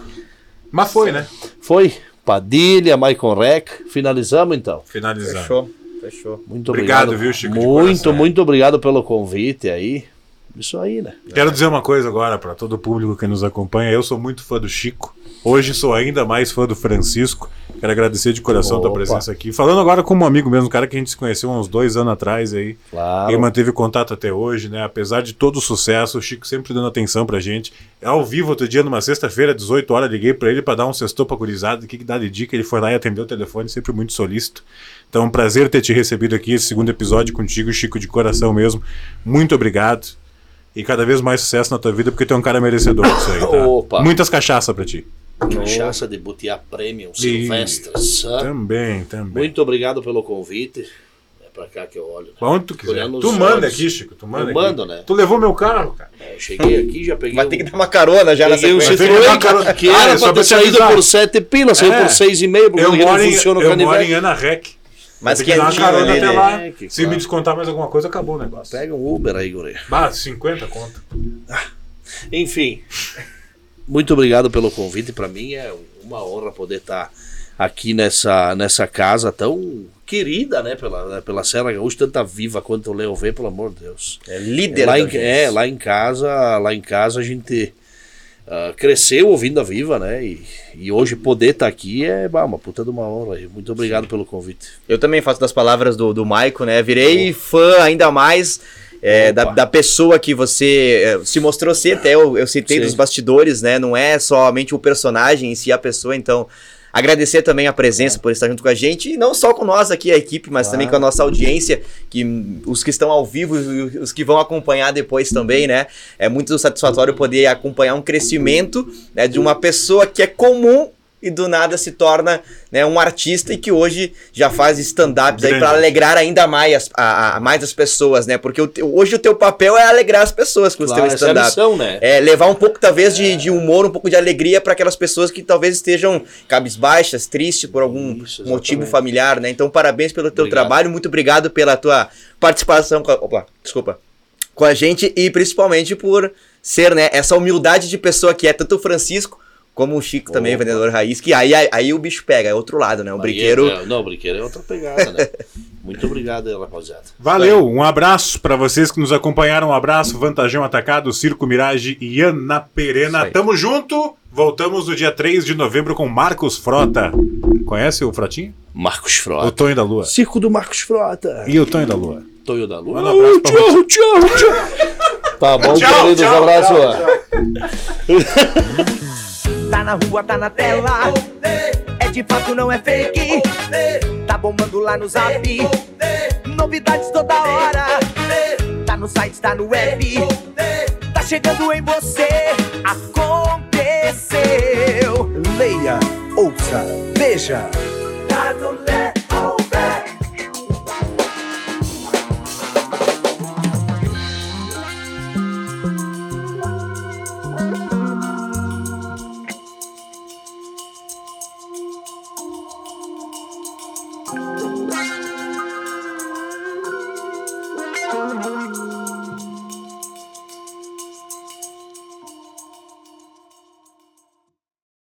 Mas foi, né? Foi Padilha, Michael Rec, finalizamos então. Finalizando. Fechou. Fechou. Muito Obrigado, obrigado, viu, Chico, de Muito, coração. muito obrigado pelo convite aí. Isso aí, né? Quero dizer uma coisa agora para todo o público que nos acompanha. Eu sou muito fã do Chico. Hoje sou ainda mais fã do Francisco. Quero agradecer de coração a tua Opa. presença aqui. Falando agora com um amigo mesmo, um cara que a gente se conheceu há uns dois anos atrás aí. Claro. Ele manteve o contato até hoje, né? Apesar de todo o sucesso, o Chico sempre dando atenção pra gente. É Ao vivo, outro dia, numa sexta-feira, 18 horas, liguei pra ele pra dar um sextou pra gurizada. O que, que dá de dica? Ele foi lá e atendeu o telefone, sempre muito solícito. Então, um prazer ter te recebido aqui, esse segundo episódio contigo, Chico, de coração mesmo. Muito obrigado. E cada vez mais sucesso na tua vida, porque tu é um cara merecedor disso aí, tá? Opa. Muitas cachaça pra ti. Cachaça de Butiá Premium Silvestre. sabe? Também, também. Tá. Muito obrigado pelo convite. É pra cá que eu olho. Né? Pra onde tu quiser. Olhando Tu os manda olhos. aqui, Chico. Tu manda Eu aqui. mando, né? Tu levou meu carro, cara. É, Eu cheguei aqui, já peguei. Vai ter um- que dar uma carona já na Peguei um sequência. Vai ter que dar uma Citroën carona. que, que Ah, era só pra pra ter te saído avisar. por 7 pilas, saiu É. por 6,5, porque Eu não moro em, funciona o eu moro em canivete. Ana Rec. Mas Tem que dar uma quentinho carona ali, até né? lá. É, que Se claro. me descontar mais alguma coisa, acabou o negócio. Pega um Uber aí, guri. Bah, 50 conto. Enfim, muito obrigado pelo convite. Para mim é uma honra poder estar aqui nessa, nessa casa tão querida, né? Pela, pela Serra Gaúcha, tanta viva quanto o Leo vê, pelo amor de Deus. É líder lá da em, audiência. é, lá em casa, lá em casa a gente ah, cresceu ouvindo a Viva, né? E, e hoje poder estar aqui é bah, uma puta de uma honra. E Muito obrigado pelo convite. Eu também faço das palavras do, do Maico, né? Virei fã ainda mais é, da, Tá Opa. da pessoa que você é, se mostrou ser, até eu, eu citei Sim. dos bastidores, né? Não é somente o personagem em si, a pessoa, então. Agradecer também a presença Tá por estar junto com a gente, e não só com nós aqui, a equipe, mas também com a nossa audiência, que hum, os que estão ao vivo e os que vão acompanhar depois também, né? É muito Uhum. satisfatório poder acompanhar um crescimento né, de uma pessoa que é comum e do nada se torna né, um artista e que hoje já faz stand-ups aí Grande. para alegrar ainda mais as, a- a- mais as pessoas, né? Porque o teu- hoje o teu papel é alegrar as pessoas com os Claro, teus essa é a stand-ups. missão, né? É, levar um pouco, talvez, de, de humor, um pouco de alegria para aquelas pessoas que talvez estejam cabisbaixas, tristes por algum Isso, exatamente. motivo familiar, né? Então, parabéns pelo teu Obrigado. trabalho, muito obrigado pela tua participação com a, opa, desculpa, com a gente e principalmente por ser, né, essa humildade de pessoa que é tanto o Francisco como o Chico também, Opa. vendedor raiz, que aí, aí, aí o bicho pega, é outro lado, né? O Aí é- briqueiro. é- não, o briqueiro é outra pegada, né? Muito obrigado, aí, rapaziada. Valeu, um abraço pra vocês que nos acompanharam. Um abraço, Vantajão Atacado, Circo Mirage e Ana Isso Perena. aí. Tamo junto. Voltamos no dia 3 de novembro com Marcos Frota. Conhece o Frotinho? Marcos O Frota. Tonho da Lua. Circo do Marcos Frota. E o Tonho da Lua. Tonho da Lua. Manda um abraço pra tchau, tchau, tchau. Tá bom, Tchau, queridos. tchau, abraço. tchau, tchau. Tá na rua, tá na tela. É de fato, não é fake. Tá bombando lá no zap. Novidades toda hora. Tá no site, tá no web. Tá chegando em você. Aconteceu. Leia, ouça, veja. Tá no Música